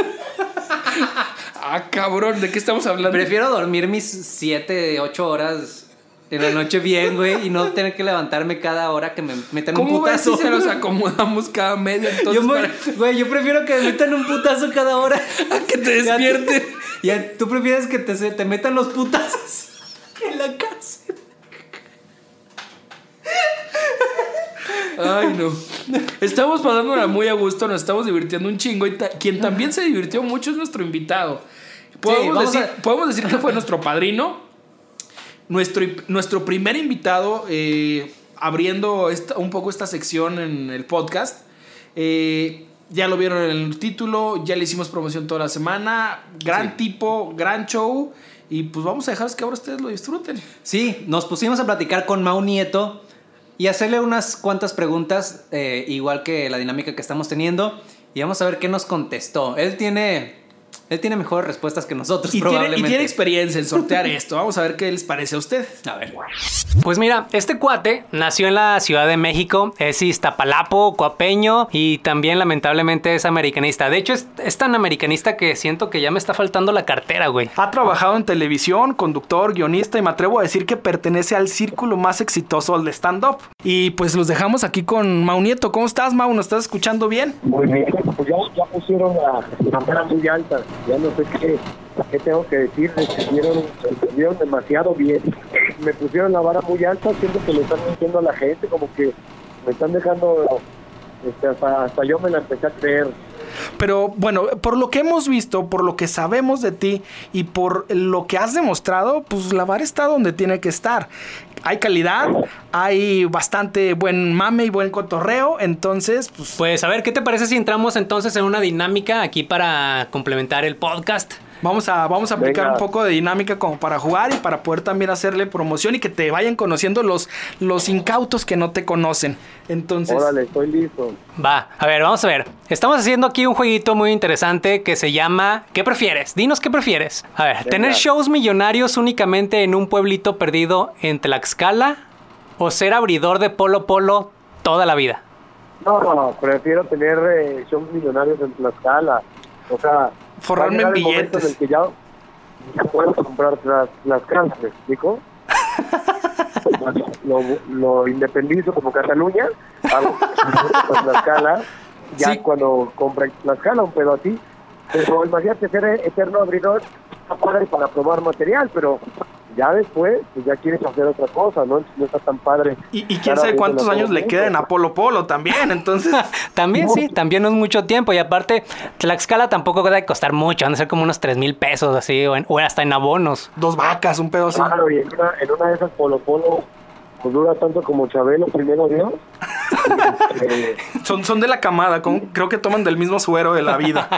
Speaker 3: Ah, cabrón, ¿de qué estamos hablando?
Speaker 2: Prefiero dormir mis 7, 8 horas
Speaker 9: en la noche bien, güey, y no tener que levantarme cada hora que me metan un
Speaker 10: ¿Cómo ves si
Speaker 9: putazo.
Speaker 10: se los acomodamos cada medio? Entonces,
Speaker 9: Yo me-
Speaker 10: para
Speaker 9: güey, yo prefiero que me metan un putazo cada hora.
Speaker 10: que te
Speaker 9: Ya
Speaker 10: despierten.
Speaker 9: Ya, tú prefieres que te, se- te metan los putazos que en la cárcel.
Speaker 10: Ay, no. Estamos pasándola muy a gusto, nos estamos divirtiendo un chingo. Y ta- quien también se divirtió mucho es nuestro invitado. Podemos,
Speaker 9: vamos
Speaker 10: decir,
Speaker 9: a-
Speaker 10: podemos decir que fue nuestro padrino, nuestro, nuestro primer invitado, eh, abriendo esta- un poco esta sección en el podcast. Eh, ya lo vieron en el título, ya le hicimos promoción toda la semana. Gran tipo, gran show. Y pues vamos a dejar que ahora ustedes lo disfruten.
Speaker 9: Sí, nos pusimos a platicar con Mau Nieto y hacerle unas cuantas preguntas, eh, igual que la dinámica que estamos teniendo, y vamos a ver qué nos contestó. Él tiene, él tiene mejores respuestas que nosotros,
Speaker 10: Y tiene,
Speaker 9: probablemente.
Speaker 10: y tiene experiencia en sortear esto. Vamos a ver qué les parece a ustedes.
Speaker 9: a ver.
Speaker 2: Pues mira, este cuate nació en la Ciudad de México, es iztapalapo, coapeño y también lamentablemente es americanista. De hecho, es, es tan americanista que siento que ya me está faltando la cartera, güey.
Speaker 3: Ha trabajado en televisión, conductor, guionista y me atrevo a decir que pertenece al círculo más exitoso del stand-up.
Speaker 10: Y pues los dejamos aquí con Mau Nieto. ¿Cómo estás, Mau? ¿Nos estás escuchando bien?
Speaker 11: Muy bien, pues ya, ya pusieron la la vara muy alta, ya no sé qué, qué tengo que decir, estuvieron, estuvieron demasiado bien, me pusieron la vara muy alta, siento que le están mintiendo a la gente, como que me están dejando, este, hasta, hasta yo me la empecé a creer.
Speaker 3: Pero bueno, por lo que hemos visto, por lo que sabemos de ti y por lo que has demostrado, pues la vara está donde tiene que estar. Hay calidad, hay bastante buen mame y buen cotorreo, entonces pues
Speaker 2: Pues a ver, ¿qué te parece si entramos entonces en una dinámica aquí para complementar el podcast?
Speaker 3: vamos a, vamos a aplicar
Speaker 11: Venga.
Speaker 3: un poco de dinámica como para jugar y para poder también hacerle promoción y que te vayan conociendo los, los incautos que no te conocen. Entonces,
Speaker 11: Órale, estoy listo.
Speaker 2: Va, a ver, vamos a ver. Estamos haciendo aquí un jueguito muy interesante que se llama ¿Qué prefieres? Dinos qué prefieres. A ver, tener shows millonarios únicamente en un pueblito perdido en Tlaxcala o ser abridor de Polo Polo toda la vida.
Speaker 11: No, no, prefiero tener eh, shows millonarios en Tlaxcala, o sea,
Speaker 3: Forrarme
Speaker 11: va a llegar
Speaker 3: en
Speaker 11: el momento
Speaker 3: billetes.
Speaker 11: En el que ya, ya puedo comprar las, las casas, ¿me explico? lo, lo independizo como Cataluña, hago con Tlaxcala, ya
Speaker 3: Sí.
Speaker 11: cuando compre Tlaxcala, un pedo así. Pero imagínate ser eterno abridor, está padre para probar material, pero ya después, pues ya quieres hacer otra cosa, ¿no? Entonces, no está tan padre.
Speaker 3: y, y quién
Speaker 11: estar
Speaker 3: sabe
Speaker 11: abriéndole
Speaker 3: cuántos
Speaker 11: a todo
Speaker 3: años le
Speaker 11: mundo.
Speaker 3: queden a Polo Polo también, entonces...
Speaker 2: También sí, también no es mucho tiempo y aparte Tlaxcala tampoco debe costar mucho, van a ser como unos 3 mil pesos así o, en- o hasta en abonos.
Speaker 3: Dos vacas, un pedo así.
Speaker 11: Claro, Ah, y en una, en una de esas Polo Polo, pues dura tanto como Chabelo, primero Dios. Eh,
Speaker 3: Son, son de la camada, con- creo que toman del mismo suero de la vida.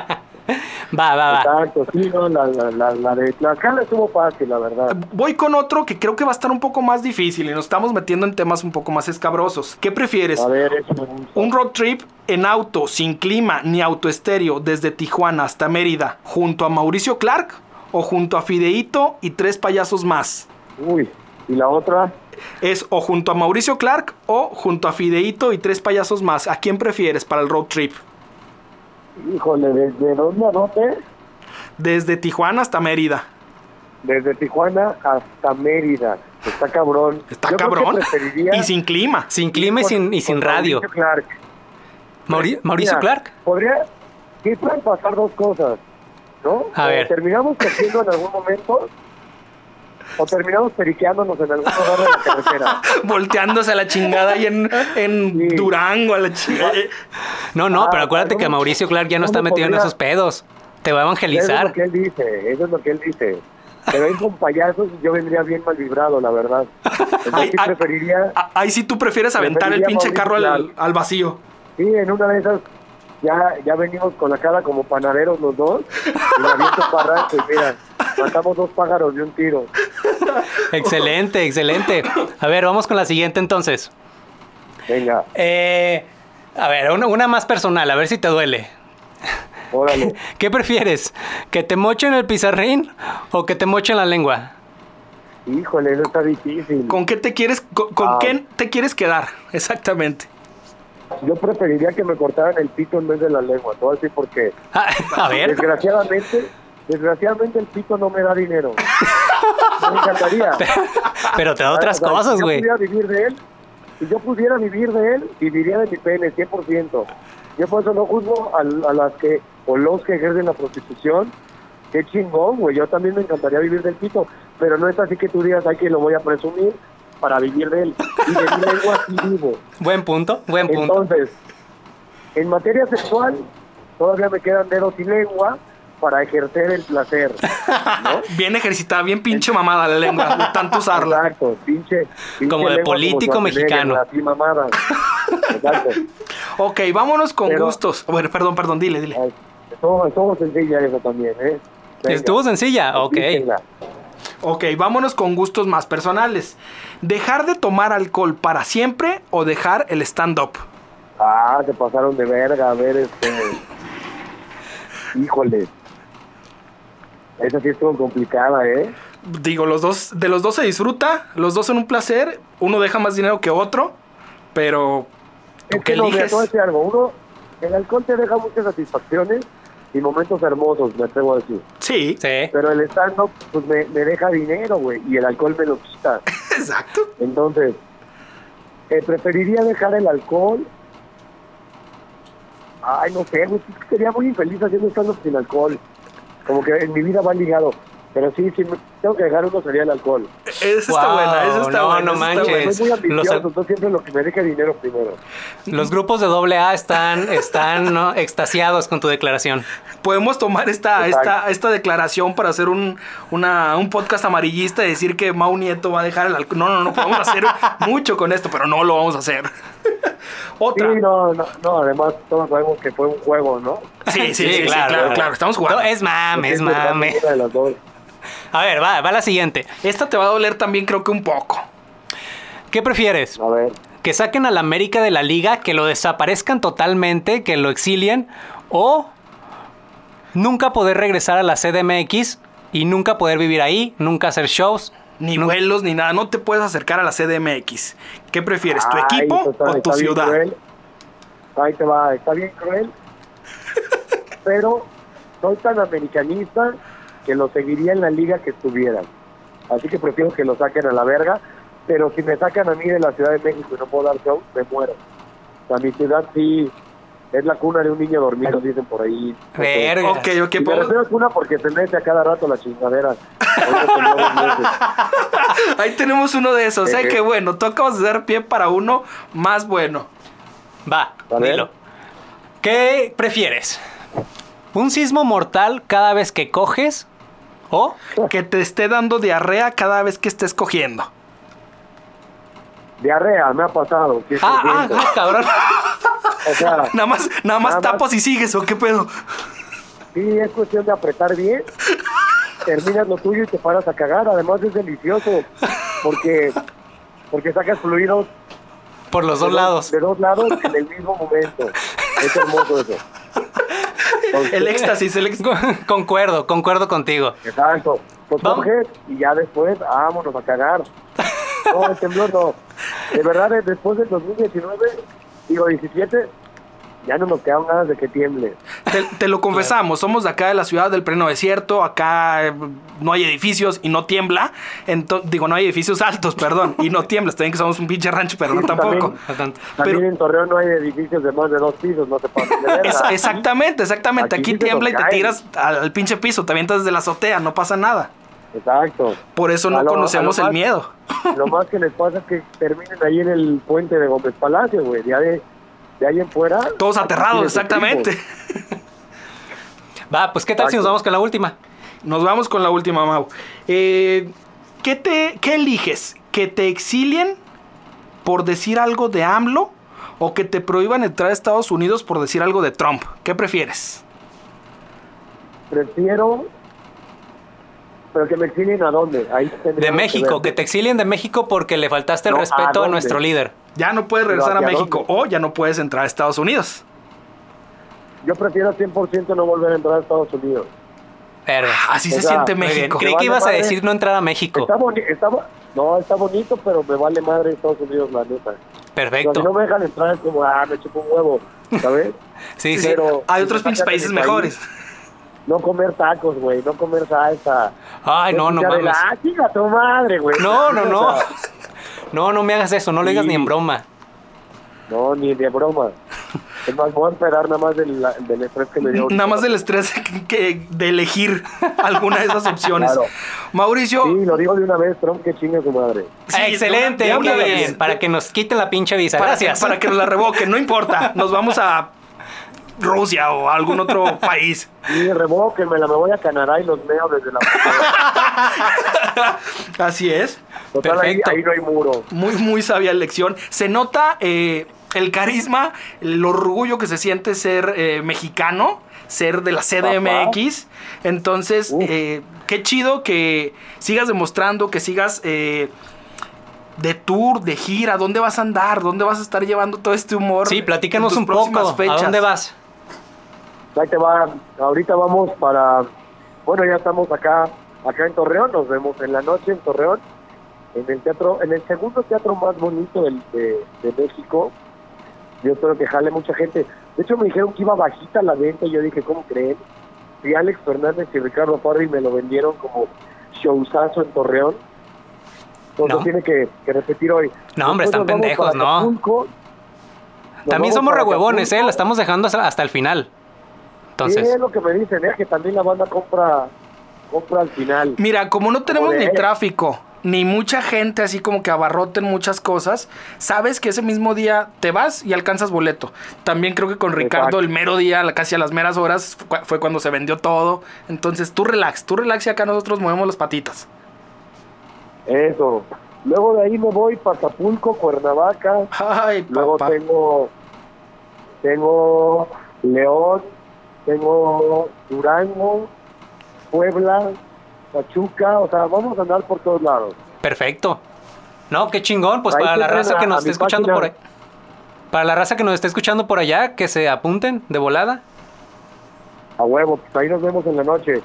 Speaker 2: Va, va, va.
Speaker 11: Exacto, sí, no, la, la, la, la de Tlaxcala estuvo fácil, la verdad.
Speaker 3: Voy con otro que creo que va a estar un poco más difícil y nos estamos metiendo en temas un poco más escabrosos. ¿Qué
Speaker 2: Pues
Speaker 3: prefieres?
Speaker 11: A ver, es un-
Speaker 3: Un road trip en auto, sin clima ni auto estéreo, desde Tijuana hasta Mérida, junto a Mauricio Clark o junto a Fideito y tres payasos más.
Speaker 11: Uy, y la otra,
Speaker 3: Es o junto a Mauricio Clark o junto a Fideito y tres payasos más. ¿A quién prefieres para el road trip?
Speaker 11: híjole, ¿desde dónde a dónde?
Speaker 3: Desde Tijuana hasta Mérida.
Speaker 11: Desde Tijuana hasta Mérida. Está cabrón.
Speaker 3: Está
Speaker 11: Yo creo que
Speaker 3: cabrón.
Speaker 11: preferiría
Speaker 3: Y sin clima.
Speaker 2: Sin clima y
Speaker 11: con-
Speaker 2: sin, y
Speaker 11: con
Speaker 2: sin radio.
Speaker 11: Mauricio Clark.
Speaker 2: Mauri- Mauricio
Speaker 11: Pues, Mira,
Speaker 2: Clark.
Speaker 11: Podría, sí pueden pasar dos cosas, ¿no?
Speaker 2: A
Speaker 11: o
Speaker 2: ver.
Speaker 11: terminamos cogiendo en algún momento, o terminamos periqueándonos en algún lugar de la carretera.
Speaker 3: volteándose a la chingada y en, en
Speaker 11: Sí.
Speaker 3: Durango a la eh, chingada.
Speaker 2: No, no,
Speaker 11: Ah,
Speaker 2: pero acuérdate
Speaker 11: ¿cómo-
Speaker 2: que Mauricio Clark ya no
Speaker 11: cómo
Speaker 2: está metido en
Speaker 11: podría-
Speaker 2: esos pedos. Te va a
Speaker 11: Eso es lo
Speaker 2: evangelizar.
Speaker 11: que él dice, eso es lo que él dice. Pero ir con payasos yo vendría bien mal vibrado, la verdad. Entonces
Speaker 3: Ay,
Speaker 11: sí
Speaker 3: ay,
Speaker 11: preferiría,
Speaker 3: A- Ahí sí tú prefieres aventar el
Speaker 11: Preferiría
Speaker 3: pinche carro al,
Speaker 11: Mauricio
Speaker 3: al vacío.
Speaker 11: sí, en una de esas ya, ya venimos con la cara como panaderos los dos, y me aviento parranco y mira, matamos dos pájaros de un tiro.
Speaker 2: Excelente, excelente. A ver, vamos con la siguiente entonces.
Speaker 11: Venga,
Speaker 2: Eh, a ver, una, una más personal, a ver si te duele.
Speaker 11: órale.
Speaker 2: ¿Qué prefieres? ¿Que te mochen el pizarrín o que te mochen la lengua?
Speaker 11: Híjole, eso está difícil.
Speaker 3: ¿Con qué te quieres, con, con
Speaker 11: Ah.
Speaker 3: qué te quieres quedar? Exactamente.
Speaker 11: Yo preferiría que me cortaran el pito en vez de la lengua, todo así porque
Speaker 2: Ah, a ver,
Speaker 11: desgraciadamente, desgraciadamente el pito no me da dinero. Me encantaría.
Speaker 8: Pero te da otras
Speaker 11: O sea,
Speaker 8: cosas,
Speaker 11: si
Speaker 8: güey.
Speaker 11: yo pudiera vivir de él, si yo pudiera vivir de él, viviría de mi pene, 100%. Yo por eso no juzgo al- a, las que, o los que ejercen la prostitución. Qué chingón, güey. Yo también me encantaría vivir del pito, pero no es así que tú digas, ay, que lo voy a presumir para vivir de él. Y de mi lengua sí vivo.
Speaker 8: Buen punto, buen punto.
Speaker 11: Entonces, en materia sexual, todavía me quedan dedos y lengua para ejercer el placer.
Speaker 3: Bien ejercitada, bien pinche mamada la lengua, de tanto usarla.
Speaker 11: Exacto, pinche. pinche
Speaker 8: Como de
Speaker 11: lengua
Speaker 8: político
Speaker 11: Schwarzenegger,
Speaker 8: mexicano.
Speaker 11: Así mamada. Exacto.
Speaker 3: Ok, vámonos con
Speaker 11: Pero-
Speaker 3: gustos. Bueno, perdón, perdón, dile, dile.
Speaker 11: Ay, Estuvo, estuvo sencilla eso también, ¿eh? Venga,
Speaker 8: Estuvo sencilla, ok.
Speaker 11: dísela.
Speaker 3: Ok, vámonos con gustos más personales. ¿Dejar de tomar alcohol para siempre o dejar el stand-up?
Speaker 11: Ah, se pasaron de verga, a ver, este. Híjole. Esa sí estuvo complicada, ¿eh?
Speaker 3: Digo, los dos, de los dos se disfruta, los dos son un placer, uno deja más dinero que otro, pero ¿tú
Speaker 11: Es
Speaker 3: qué
Speaker 11: que no, mira,
Speaker 3: eliges?
Speaker 11: te voy a decir algo. Uno, el alcohol te deja muchas satisfacciones y momentos hermosos, me atrevo a decir.
Speaker 3: Sí,
Speaker 8: Sí.
Speaker 11: Pero el stand-up, pues me, me deja dinero, güey, y el alcohol me lo quita.
Speaker 3: exacto.
Speaker 11: Entonces, eh, preferiría dejar el alcohol. Ay, no sé, güey, es que sería muy infeliz haciendo stand-up sin alcohol. Como que en mi vida va ligado. Pero sí, si me- tengo que dejar uno sería el alcohol.
Speaker 3: Esa está
Speaker 8: Wow,
Speaker 3: buena, esa está
Speaker 8: no,
Speaker 3: buena.
Speaker 8: no
Speaker 3: esa está
Speaker 8: manches.
Speaker 3: buena.
Speaker 11: Soy muy ambicioso,
Speaker 8: los-
Speaker 11: entonces siempre lo que me deje dinero primero.
Speaker 8: Los grupos de AA están, están ¿no? extasiados con tu declaración.
Speaker 3: Podemos tomar esta,
Speaker 11: Exacto.
Speaker 3: esta, esta declaración para hacer un, una- un podcast amarillista y decir que Mau Nieto va a dejar el alcohol. No, no, no, podemos hacer mucho con esto, pero no lo vamos a hacer.
Speaker 11: Sí,
Speaker 3: Otra.
Speaker 11: no, no, no, además todos sabemos que fue un juego, ¿no?
Speaker 3: Sí, sí, sí, sí, claro, claro, Estamos jugando.
Speaker 8: No, es mame, es
Speaker 11: Siempre pasa
Speaker 8: mame.
Speaker 11: una de las dos.
Speaker 8: A ver, va, va la siguiente.
Speaker 3: Esta te va a doler también, creo que un poco.
Speaker 8: ¿Qué prefieres?
Speaker 11: A ver.
Speaker 8: ¿Que saquen al América de la liga, que lo desaparezcan totalmente, que lo exilien? ¿O nunca poder regresar a la CDMX y nunca poder vivir ahí, nunca hacer shows?
Speaker 3: Ni
Speaker 8: No.
Speaker 3: vuelos, ni nada. No te puedes acercar a la CDMX. ¿Qué prefieres, tu
Speaker 11: Ay,
Speaker 3: equipo
Speaker 11: está-
Speaker 3: o
Speaker 11: está
Speaker 3: tu
Speaker 11: bien
Speaker 3: ciudad?
Speaker 11: cruel. Ahí te va, está bien cruel. pero soy tan americanista que lo seguiría en la liga que estuvieran. Así que prefiero que lo saquen a la verga. Pero si me sacan a mí de la Ciudad de México y no puedo dar show, me muero. O sea, mi ciudad sí es la cuna de un niño dormido, dicen por ahí.
Speaker 8: Verga.
Speaker 3: Ok, pues, ok,
Speaker 11: Y me
Speaker 3: podemos-
Speaker 11: refiero a cuna porque se mete a cada rato la chingadera. Ahorita con nuevos meses.
Speaker 3: Ahí tenemos uno de esos. ¿eh?
Speaker 11: Ujú.
Speaker 3: Qué bueno. Tú acabas de dar pie para uno más bueno.
Speaker 8: Va,
Speaker 11: A ver.
Speaker 8: dilo. ¿Qué prefieres? ¿Un sismo mortal cada vez que coges? ¿O
Speaker 3: Que te esté dando diarrea cada vez que estés cogiendo.
Speaker 11: Diarrea, me ha pasado. sí,
Speaker 8: Ah, ah,
Speaker 11: siento.
Speaker 8: ah, cabrón.
Speaker 11: o sea,
Speaker 3: Nada más, nada más
Speaker 11: Nada más.
Speaker 3: tapas y sigues, ¿o qué pedo?
Speaker 11: Sí, es cuestión de apretar bien, terminas lo tuyo y te paras a cagar. Además es delicioso porque porque sacas fluidos
Speaker 8: Por los
Speaker 11: de
Speaker 8: dos lados.
Speaker 11: de dos lados en el mismo momento. Es hermoso eso. Entonces,
Speaker 3: El éxtasis, el éxtasis.
Speaker 8: concuerdo, concuerdo contigo.
Speaker 11: Exacto. Pues
Speaker 8: Vamos.
Speaker 11: coges y ya después vámonos a cagar. No, el temblor no. De verdad, eh, después del 2019, digo 17, ya no nos quedan ganas de que tiemble.
Speaker 3: Te, te lo confesamos, somos de acá de la ciudad del pleno desierto, acá eh, no hay edificios y no tiembla, Ento- digo, no hay edificios altos, perdón, y no tiembla, está bien que somos un pinche rancho, pero no
Speaker 11: Sí,
Speaker 3: tampoco.
Speaker 11: también.
Speaker 8: No tanto.
Speaker 11: También
Speaker 3: Pero-
Speaker 11: en Torreón no hay edificios de más de dos pisos, no se pasen de
Speaker 3: Es-
Speaker 11: verga.
Speaker 3: exactamente, exactamente,
Speaker 11: Aquí
Speaker 3: aquí,
Speaker 11: sí te
Speaker 3: tiembla y te
Speaker 11: caes.
Speaker 3: tiras al, al pinche piso, te avientas desde la azotea, no pasa nada.
Speaker 11: Exacto.
Speaker 3: Por eso no
Speaker 11: A lo-
Speaker 3: conocemos
Speaker 11: a lo
Speaker 3: el
Speaker 11: más-
Speaker 3: miedo.
Speaker 11: Lo más que les pasa es que terminen ahí en el puente de Gómez Palacio, güey. Ya de, de ahí en fuera.
Speaker 3: Todos
Speaker 11: aquí
Speaker 3: aterrados,
Speaker 11: tienen sus
Speaker 3: exactamente.
Speaker 11: primos.
Speaker 8: Va, pues qué tal si nos
Speaker 11: Exacto.
Speaker 8: vamos con la última.
Speaker 3: Nos vamos con la última, Mau. Eh, ¿qué, te, ¿Qué eliges? ¿Que te exilien por decir algo de AMLO o que te prohíban entrar a Estados Unidos por decir algo de Trump? ¿Qué prefieres?
Speaker 11: Prefiero. Pero que me exilien a dónde. Ahí
Speaker 8: De
Speaker 11: tendríamos
Speaker 8: México,
Speaker 11: ver.
Speaker 8: que te exilien de México porque le faltaste el
Speaker 11: No, ¿a
Speaker 8: respeto a
Speaker 11: dónde?
Speaker 8: nuestro líder.
Speaker 3: Ya no puedes regresar a
Speaker 11: ¿hacia
Speaker 3: México o ya no puedes entrar a Estados Unidos.
Speaker 11: Yo prefiero 100% no volver a entrar a Estados Unidos.
Speaker 8: Verga.
Speaker 3: Así se
Speaker 11: Oiga,
Speaker 3: siente
Speaker 11: muy
Speaker 8: Muy bien.
Speaker 3: México.
Speaker 8: Creí
Speaker 11: Me
Speaker 8: que
Speaker 11: vale
Speaker 8: ibas a
Speaker 11: madre.
Speaker 8: decir no entrar a México.
Speaker 11: Está boni- está bo- no, está bonito, pero me vale madre Estados Unidos, la neta. O sea, si no
Speaker 8: Perfecto.
Speaker 11: me dejan entrar, es como, ah, me chupo un huevo, ¿sabes?
Speaker 8: Sí, sí.
Speaker 11: pero-
Speaker 3: Hay otros pinches
Speaker 11: Sácame
Speaker 3: países
Speaker 11: de mi país.
Speaker 3: mejores.
Speaker 11: No comer tacos, güey, no comer salsa.
Speaker 8: Ay, no, no
Speaker 11: Ya de la,
Speaker 8: mames.
Speaker 11: ah, chinga tu madre, güey.
Speaker 8: No, no,
Speaker 11: O
Speaker 8: no.
Speaker 11: sea,
Speaker 8: No, no me hagas eso, no lo digas ni en broma.
Speaker 11: No, ni de broma. Es más, voy a esperar nada más del, del estrés que me dio.
Speaker 3: Nada más del estrés que- que de elegir alguna de esas opciones.
Speaker 11: Claro.
Speaker 3: Mauricio,
Speaker 11: Sí, lo digo de una vez, Trump, que chinga su madre.
Speaker 3: Sí,
Speaker 8: Excelente,
Speaker 3: de una- de
Speaker 8: muy
Speaker 3: una
Speaker 8: bien.
Speaker 3: vez.
Speaker 8: Para que nos quiten la pinche visa.
Speaker 3: para,
Speaker 8: Gracias.
Speaker 3: Que, para que nos la revoquen, no importa. Nos vamos a Rusia o a algún otro país.
Speaker 11: Y revóquenmela, me voy a Canadá y los veo desde la...
Speaker 3: Así es.
Speaker 11: Total, ahí,
Speaker 8: Perfecto.
Speaker 11: ahí no hay muro.
Speaker 3: Muy, muy sabia elección. Se nota eh, el carisma, el orgullo que se siente ser eh, mexicano, ser de la CDMX. Entonces,
Speaker 11: Uf.
Speaker 3: eh, qué chido que sigas demostrando, que sigas eh, de tour, de gira. ¿Dónde vas a andar? ¿Dónde vas a estar llevando todo este humor?
Speaker 8: Sí, platícanos
Speaker 3: en
Speaker 8: un
Speaker 3: tus próximas
Speaker 8: poco. ¿A dónde vas?
Speaker 11: Ahí te va. Ahorita vamos para. Bueno, ya estamos acá, acá en Torreón. Nos vemos en la noche en Torreón, en el teatro, en el segundo teatro más bonito del- de, de México. Yo espero que jale mucha gente. De hecho, me dijeron que iba bajita la venta y yo dije, ¿cómo creen? Si Alex Fernández y Ricardo Farri me lo vendieron como showzazo en Torreón, pues
Speaker 8: No.
Speaker 11: lo tiene que, que repetir hoy.
Speaker 8: No, hombre,
Speaker 11: Después
Speaker 8: están
Speaker 11: nos vamos
Speaker 8: pendejos,
Speaker 11: para
Speaker 8: ¿no?
Speaker 11: Acapulco. Nos vamos
Speaker 8: También somos
Speaker 11: para
Speaker 8: rehuevones, ¿eh?
Speaker 11: Acapulco.
Speaker 8: La estamos dejando hasta hasta el final.
Speaker 11: Sí,
Speaker 8: Entonces,
Speaker 11: es lo que me dicen, es que también la banda compra compra al final.
Speaker 3: Mira, como no tenemos ni
Speaker 11: Joder.
Speaker 3: tráfico, ni mucha gente así como que abarroten muchas cosas, sabes que ese mismo día te vas y alcanzas boleto. También creo que con Ricardo
Speaker 11: Exacto.
Speaker 3: el mero día, la- casi a las meras horas, fu- fue cuando se vendió todo. Entonces tú relax, tú relax y acá nosotros movemos las patitas.
Speaker 11: Eso. Luego de ahí me voy para Acapulco, Cuernavaca.
Speaker 3: Ay,
Speaker 11: Luego
Speaker 3: papá.
Speaker 11: tengo tengo León, tengo Durango, Puebla, Pachuca. O sea, vamos a andar por todos lados.
Speaker 8: perfecto. No, qué chingón. Pues
Speaker 11: Ahí
Speaker 8: para
Speaker 11: te
Speaker 8: la
Speaker 11: entran
Speaker 8: raza
Speaker 11: a-
Speaker 8: que nos
Speaker 11: a
Speaker 8: esté
Speaker 11: mi
Speaker 8: escuchando
Speaker 11: página.
Speaker 8: por ahí. Para la raza que nos esté escuchando por allá, que se apunten de volada.
Speaker 11: A huevo, pues ahí nos vemos en la noche.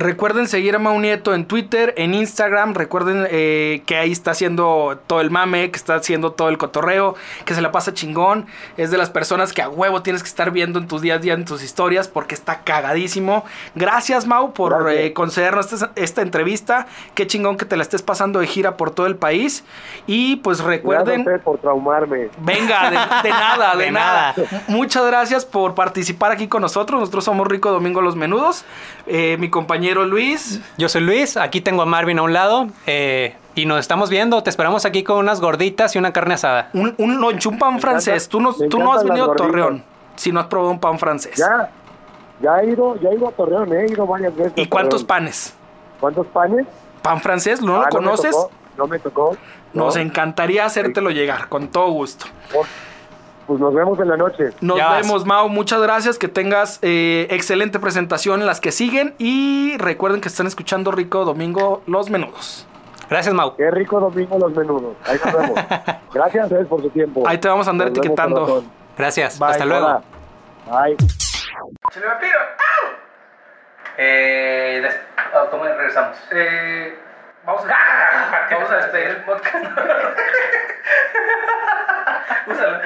Speaker 3: Recuerden seguir a Mau Nieto en Twitter, en Instagram. Recuerden eh, que ahí está haciendo todo el mame, que está haciendo todo el cotorreo, que se la pasa chingón. Es de las personas que a huevo tienes que estar viendo en tus días a día, en tus historias, porque está cagadísimo. Gracias, Mau, por
Speaker 11: Gracias.
Speaker 3: eh, concedernos esta, esta entrevista. Qué chingón que te la estés pasando de gira por todo el país. Y pues
Speaker 11: Gracias a
Speaker 3: recuerden.
Speaker 11: ustedes por traumarme.
Speaker 3: Venga, de, de nada, de,
Speaker 8: De
Speaker 3: nada.
Speaker 8: nada.
Speaker 3: Muchas gracias por participar aquí con nosotros. Nosotros somos Rico Domingo Los Menudos. Eh, mi compañero Luis,
Speaker 8: Yo soy Luis, aquí tengo a Marvin a un lado. eh, y nos estamos viendo. Te esperamos aquí con unas gorditas y una carne asada.
Speaker 3: un, un lunch, un pan francés. Tú no,
Speaker 11: me
Speaker 3: tú no has
Speaker 11: encantan
Speaker 3: venido a
Speaker 11: las gorditas.
Speaker 3: Torreón si no has probado un pan francés.
Speaker 11: Ya, ya he ido, ya he ido a Torreón, eh, he ido varias veces.
Speaker 3: ¿Y
Speaker 11: a
Speaker 3: cuántos
Speaker 11: Torreón.
Speaker 3: panes?
Speaker 11: ¿Cuántos panes?
Speaker 3: ¿Pan francés? ¿No
Speaker 11: Ah,
Speaker 3: lo
Speaker 11: me
Speaker 3: conoces?
Speaker 11: tocó, No me tocó.
Speaker 3: Nos
Speaker 11: No.
Speaker 3: encantaría hacértelo llegar, con todo gusto.
Speaker 11: Pues nos vemos en la noche.
Speaker 3: Nos
Speaker 8: Ya vas.
Speaker 3: vemos, Mau. Muchas gracias. Que tengas eh, excelente presentación en las que siguen. Y recuerden que están escuchando Rico Domingo Los Menudos.
Speaker 8: Gracias, Mau.
Speaker 11: Qué rico domingo los menudos. Ahí nos vemos. Gracias a ustedes por su tiempo.
Speaker 3: Ahí te vamos a andar
Speaker 11: Nos vemos,
Speaker 3: etiquetando.
Speaker 11: corazón.
Speaker 8: Gracias.
Speaker 3: Bye,
Speaker 8: Hasta luego.
Speaker 11: Hola. Bye.
Speaker 6: Se le va a pedir. ¡Au!
Speaker 7: Eh, des- ah, ¿Cómo regresamos?
Speaker 6: Eh, vamos a, vamos a despedir el podcast. Úsalo.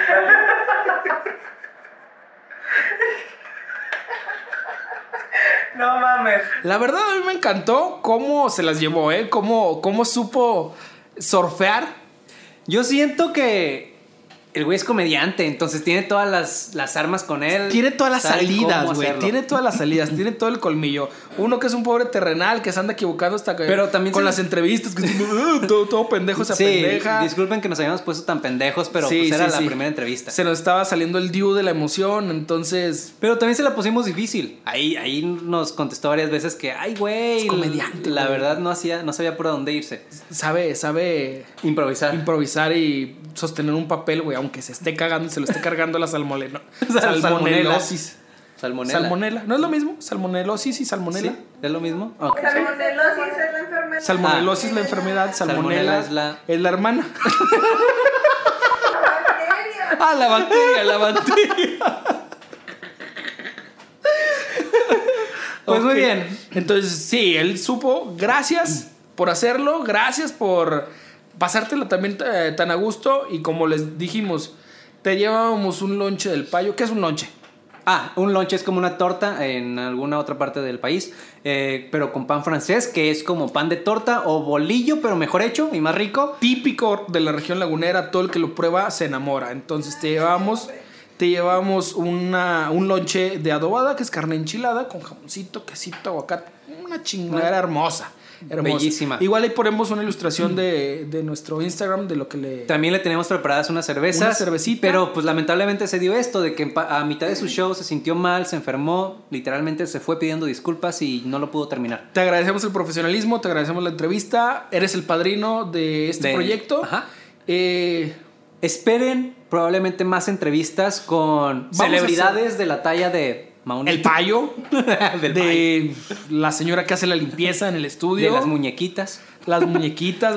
Speaker 7: No mames.
Speaker 3: La verdad a mí me encantó cómo se las llevó, ¿eh? Cómo, cómo supo surfear.
Speaker 2: Yo siento que el güey es comediante, entonces tiene todas las, las armas con él.
Speaker 3: Tiene todas las
Speaker 2: sabe cómo
Speaker 3: salidas, güey.
Speaker 2: hacerlo.
Speaker 3: Tiene todas las salidas, tiene todo el colmillo. Uno que es un pobre terrenal que se anda equivocando hasta que-
Speaker 2: Pero también
Speaker 3: con
Speaker 2: se-
Speaker 3: las entrevistas, que todo- todo, todo pendejo se
Speaker 2: Sí,
Speaker 3: pendeja.
Speaker 2: disculpen que nos hayamos puesto tan pendejos, pero
Speaker 3: Sí,
Speaker 2: pues era
Speaker 3: sí,
Speaker 2: la
Speaker 3: sí.
Speaker 2: primera entrevista.
Speaker 3: Se nos estaba saliendo el due de la emoción, entonces
Speaker 2: Pero también se la pusimos difícil. Ahí, ahí nos contestó varias veces que, ay, güey,
Speaker 3: Es comediante,
Speaker 2: la
Speaker 3: güey.
Speaker 2: verdad no hacía, no sabía por dónde irse.
Speaker 3: sabe, sabe
Speaker 2: Improvisar.
Speaker 3: improvisar y sostener un papel, güey, aunque se esté cagando, se lo esté cargando la salmoleno-
Speaker 2: Salmonela.
Speaker 3: salmonelosis.
Speaker 2: salmonela.
Speaker 3: Salmonela, ¿no es lo mismo? Salmonelosis y salmonela.
Speaker 2: ¿Sí? ¿Es lo mismo? Ok.
Speaker 4: Salmonelosis es la enfermedad.
Speaker 3: Salmonelosis es la enfermedad,
Speaker 2: Salmonela
Speaker 3: salmonela
Speaker 2: Ah. es la-
Speaker 3: es la hermana.
Speaker 4: Bacteria.
Speaker 3: Ah, la bacteria, la bacteria.
Speaker 2: Pues muy
Speaker 3: Ok.
Speaker 2: bien.
Speaker 3: Entonces, sí, él supo. Gracias por hacerlo. Gracias por pasártelo también eh, tan a gusto. Y como les dijimos, te llevábamos un lonche del payo. ¿Qué es un lonche?
Speaker 2: Ah, un lonche es como una torta en alguna otra parte del país, eh, pero con pan francés, que es como pan de torta o bolillo, pero mejor hecho y más rico.
Speaker 3: típico de la región lagunera, todo el que lo prueba se enamora. Entonces te llevamos, te llevamos una, un lonche de adobada, que es carne enchilada, con jamoncito, quesito, aguacate. Una chingadera hermosa. hermosa.
Speaker 2: Bellísima.
Speaker 3: Igual ahí ponemos una ilustración de, de nuestro Instagram, de lo que le...
Speaker 2: También le tenemos preparadas unas cervezas.
Speaker 3: Una cervecita.
Speaker 2: Pero pues lamentablemente se dio esto de que en pa- a mitad de su show se sintió mal, se enfermó, literalmente se fue pidiendo disculpas y no lo pudo terminar.
Speaker 3: Te agradecemos el profesionalismo, te agradecemos la entrevista. Eres el padrino de este
Speaker 2: De-
Speaker 3: proyecto.
Speaker 2: Ajá.
Speaker 3: Eh,
Speaker 2: Esperen probablemente más entrevistas con
Speaker 3: Vamos a
Speaker 2: celebridades de la talla de Maunito.
Speaker 3: el payo,
Speaker 2: Del
Speaker 3: de la señora que hace la limpieza en el estudio.
Speaker 2: de las muñequitas.
Speaker 3: las muñequitas,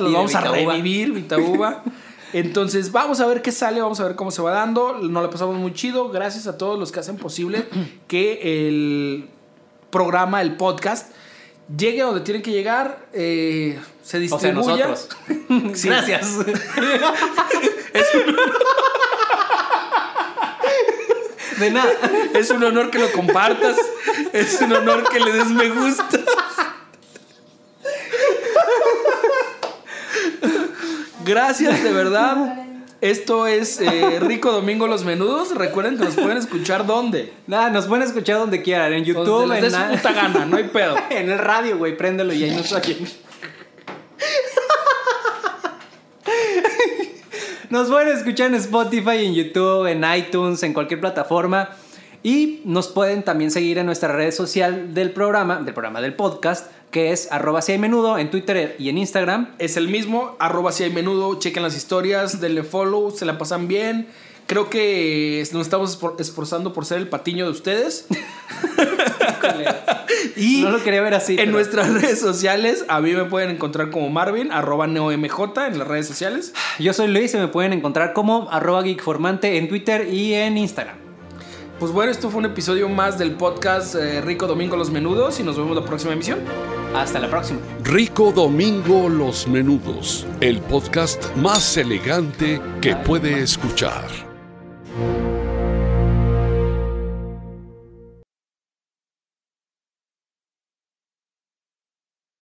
Speaker 2: Y
Speaker 3: las
Speaker 2: de
Speaker 3: vamos a
Speaker 2: Vitauba.
Speaker 3: revivir, Vitauba. Entonces, vamos a ver qué sale, vamos a ver cómo se va dando. Nos la pasamos muy chido. Gracias a todos los que hacen posible que el programa, el podcast, llegue a donde tiene que llegar, eh, se
Speaker 2: O sea,
Speaker 3: distribuya.
Speaker 2: nosotros.
Speaker 3: Sí.
Speaker 2: Gracias. De nada.
Speaker 3: Es un honor que lo compartas. Es un honor que le des me gusta. Gracias, de verdad. Esto es eh, Rico Domingo Los Menudos. Recuerden que nos pueden escuchar donde.
Speaker 2: Nada, nos pueden escuchar donde quieran, en YouTube,
Speaker 3: Donde
Speaker 2: en,
Speaker 3: les dé su
Speaker 2: na-
Speaker 3: puta gana, no hay pedo.
Speaker 2: en el radio, güey, préndelo y ahí nos oyen. Nos pueden escuchar en Spotify, en YouTube, en iTunes, en cualquier plataforma. Y nos pueden también seguir en nuestra red social del programa, del programa del podcast, que es arroba si hay menudo en Twitter y en Instagram.
Speaker 3: Es el mismo, arroba si hay menudo, chequen las historias, denle follow, se la pasan bien. Creo que eh, nos estamos espor- esforzando por ser el patiño de ustedes. y
Speaker 2: no lo quería ver así.
Speaker 3: en
Speaker 2: pero-
Speaker 3: nuestras redes sociales, a mí me pueden encontrar como Marvin, arroba neomj en las redes sociales.
Speaker 2: Yo soy Luis y me pueden encontrar como arroba geekformante en Twitter y en Instagram.
Speaker 3: Pues bueno, esto fue un episodio más del podcast eh, Rico Domingo Los Menudos y nos vemos la próxima emisión.
Speaker 2: Hasta la próxima.
Speaker 1: Rico Domingo Los Menudos, el podcast más elegante que puede escuchar.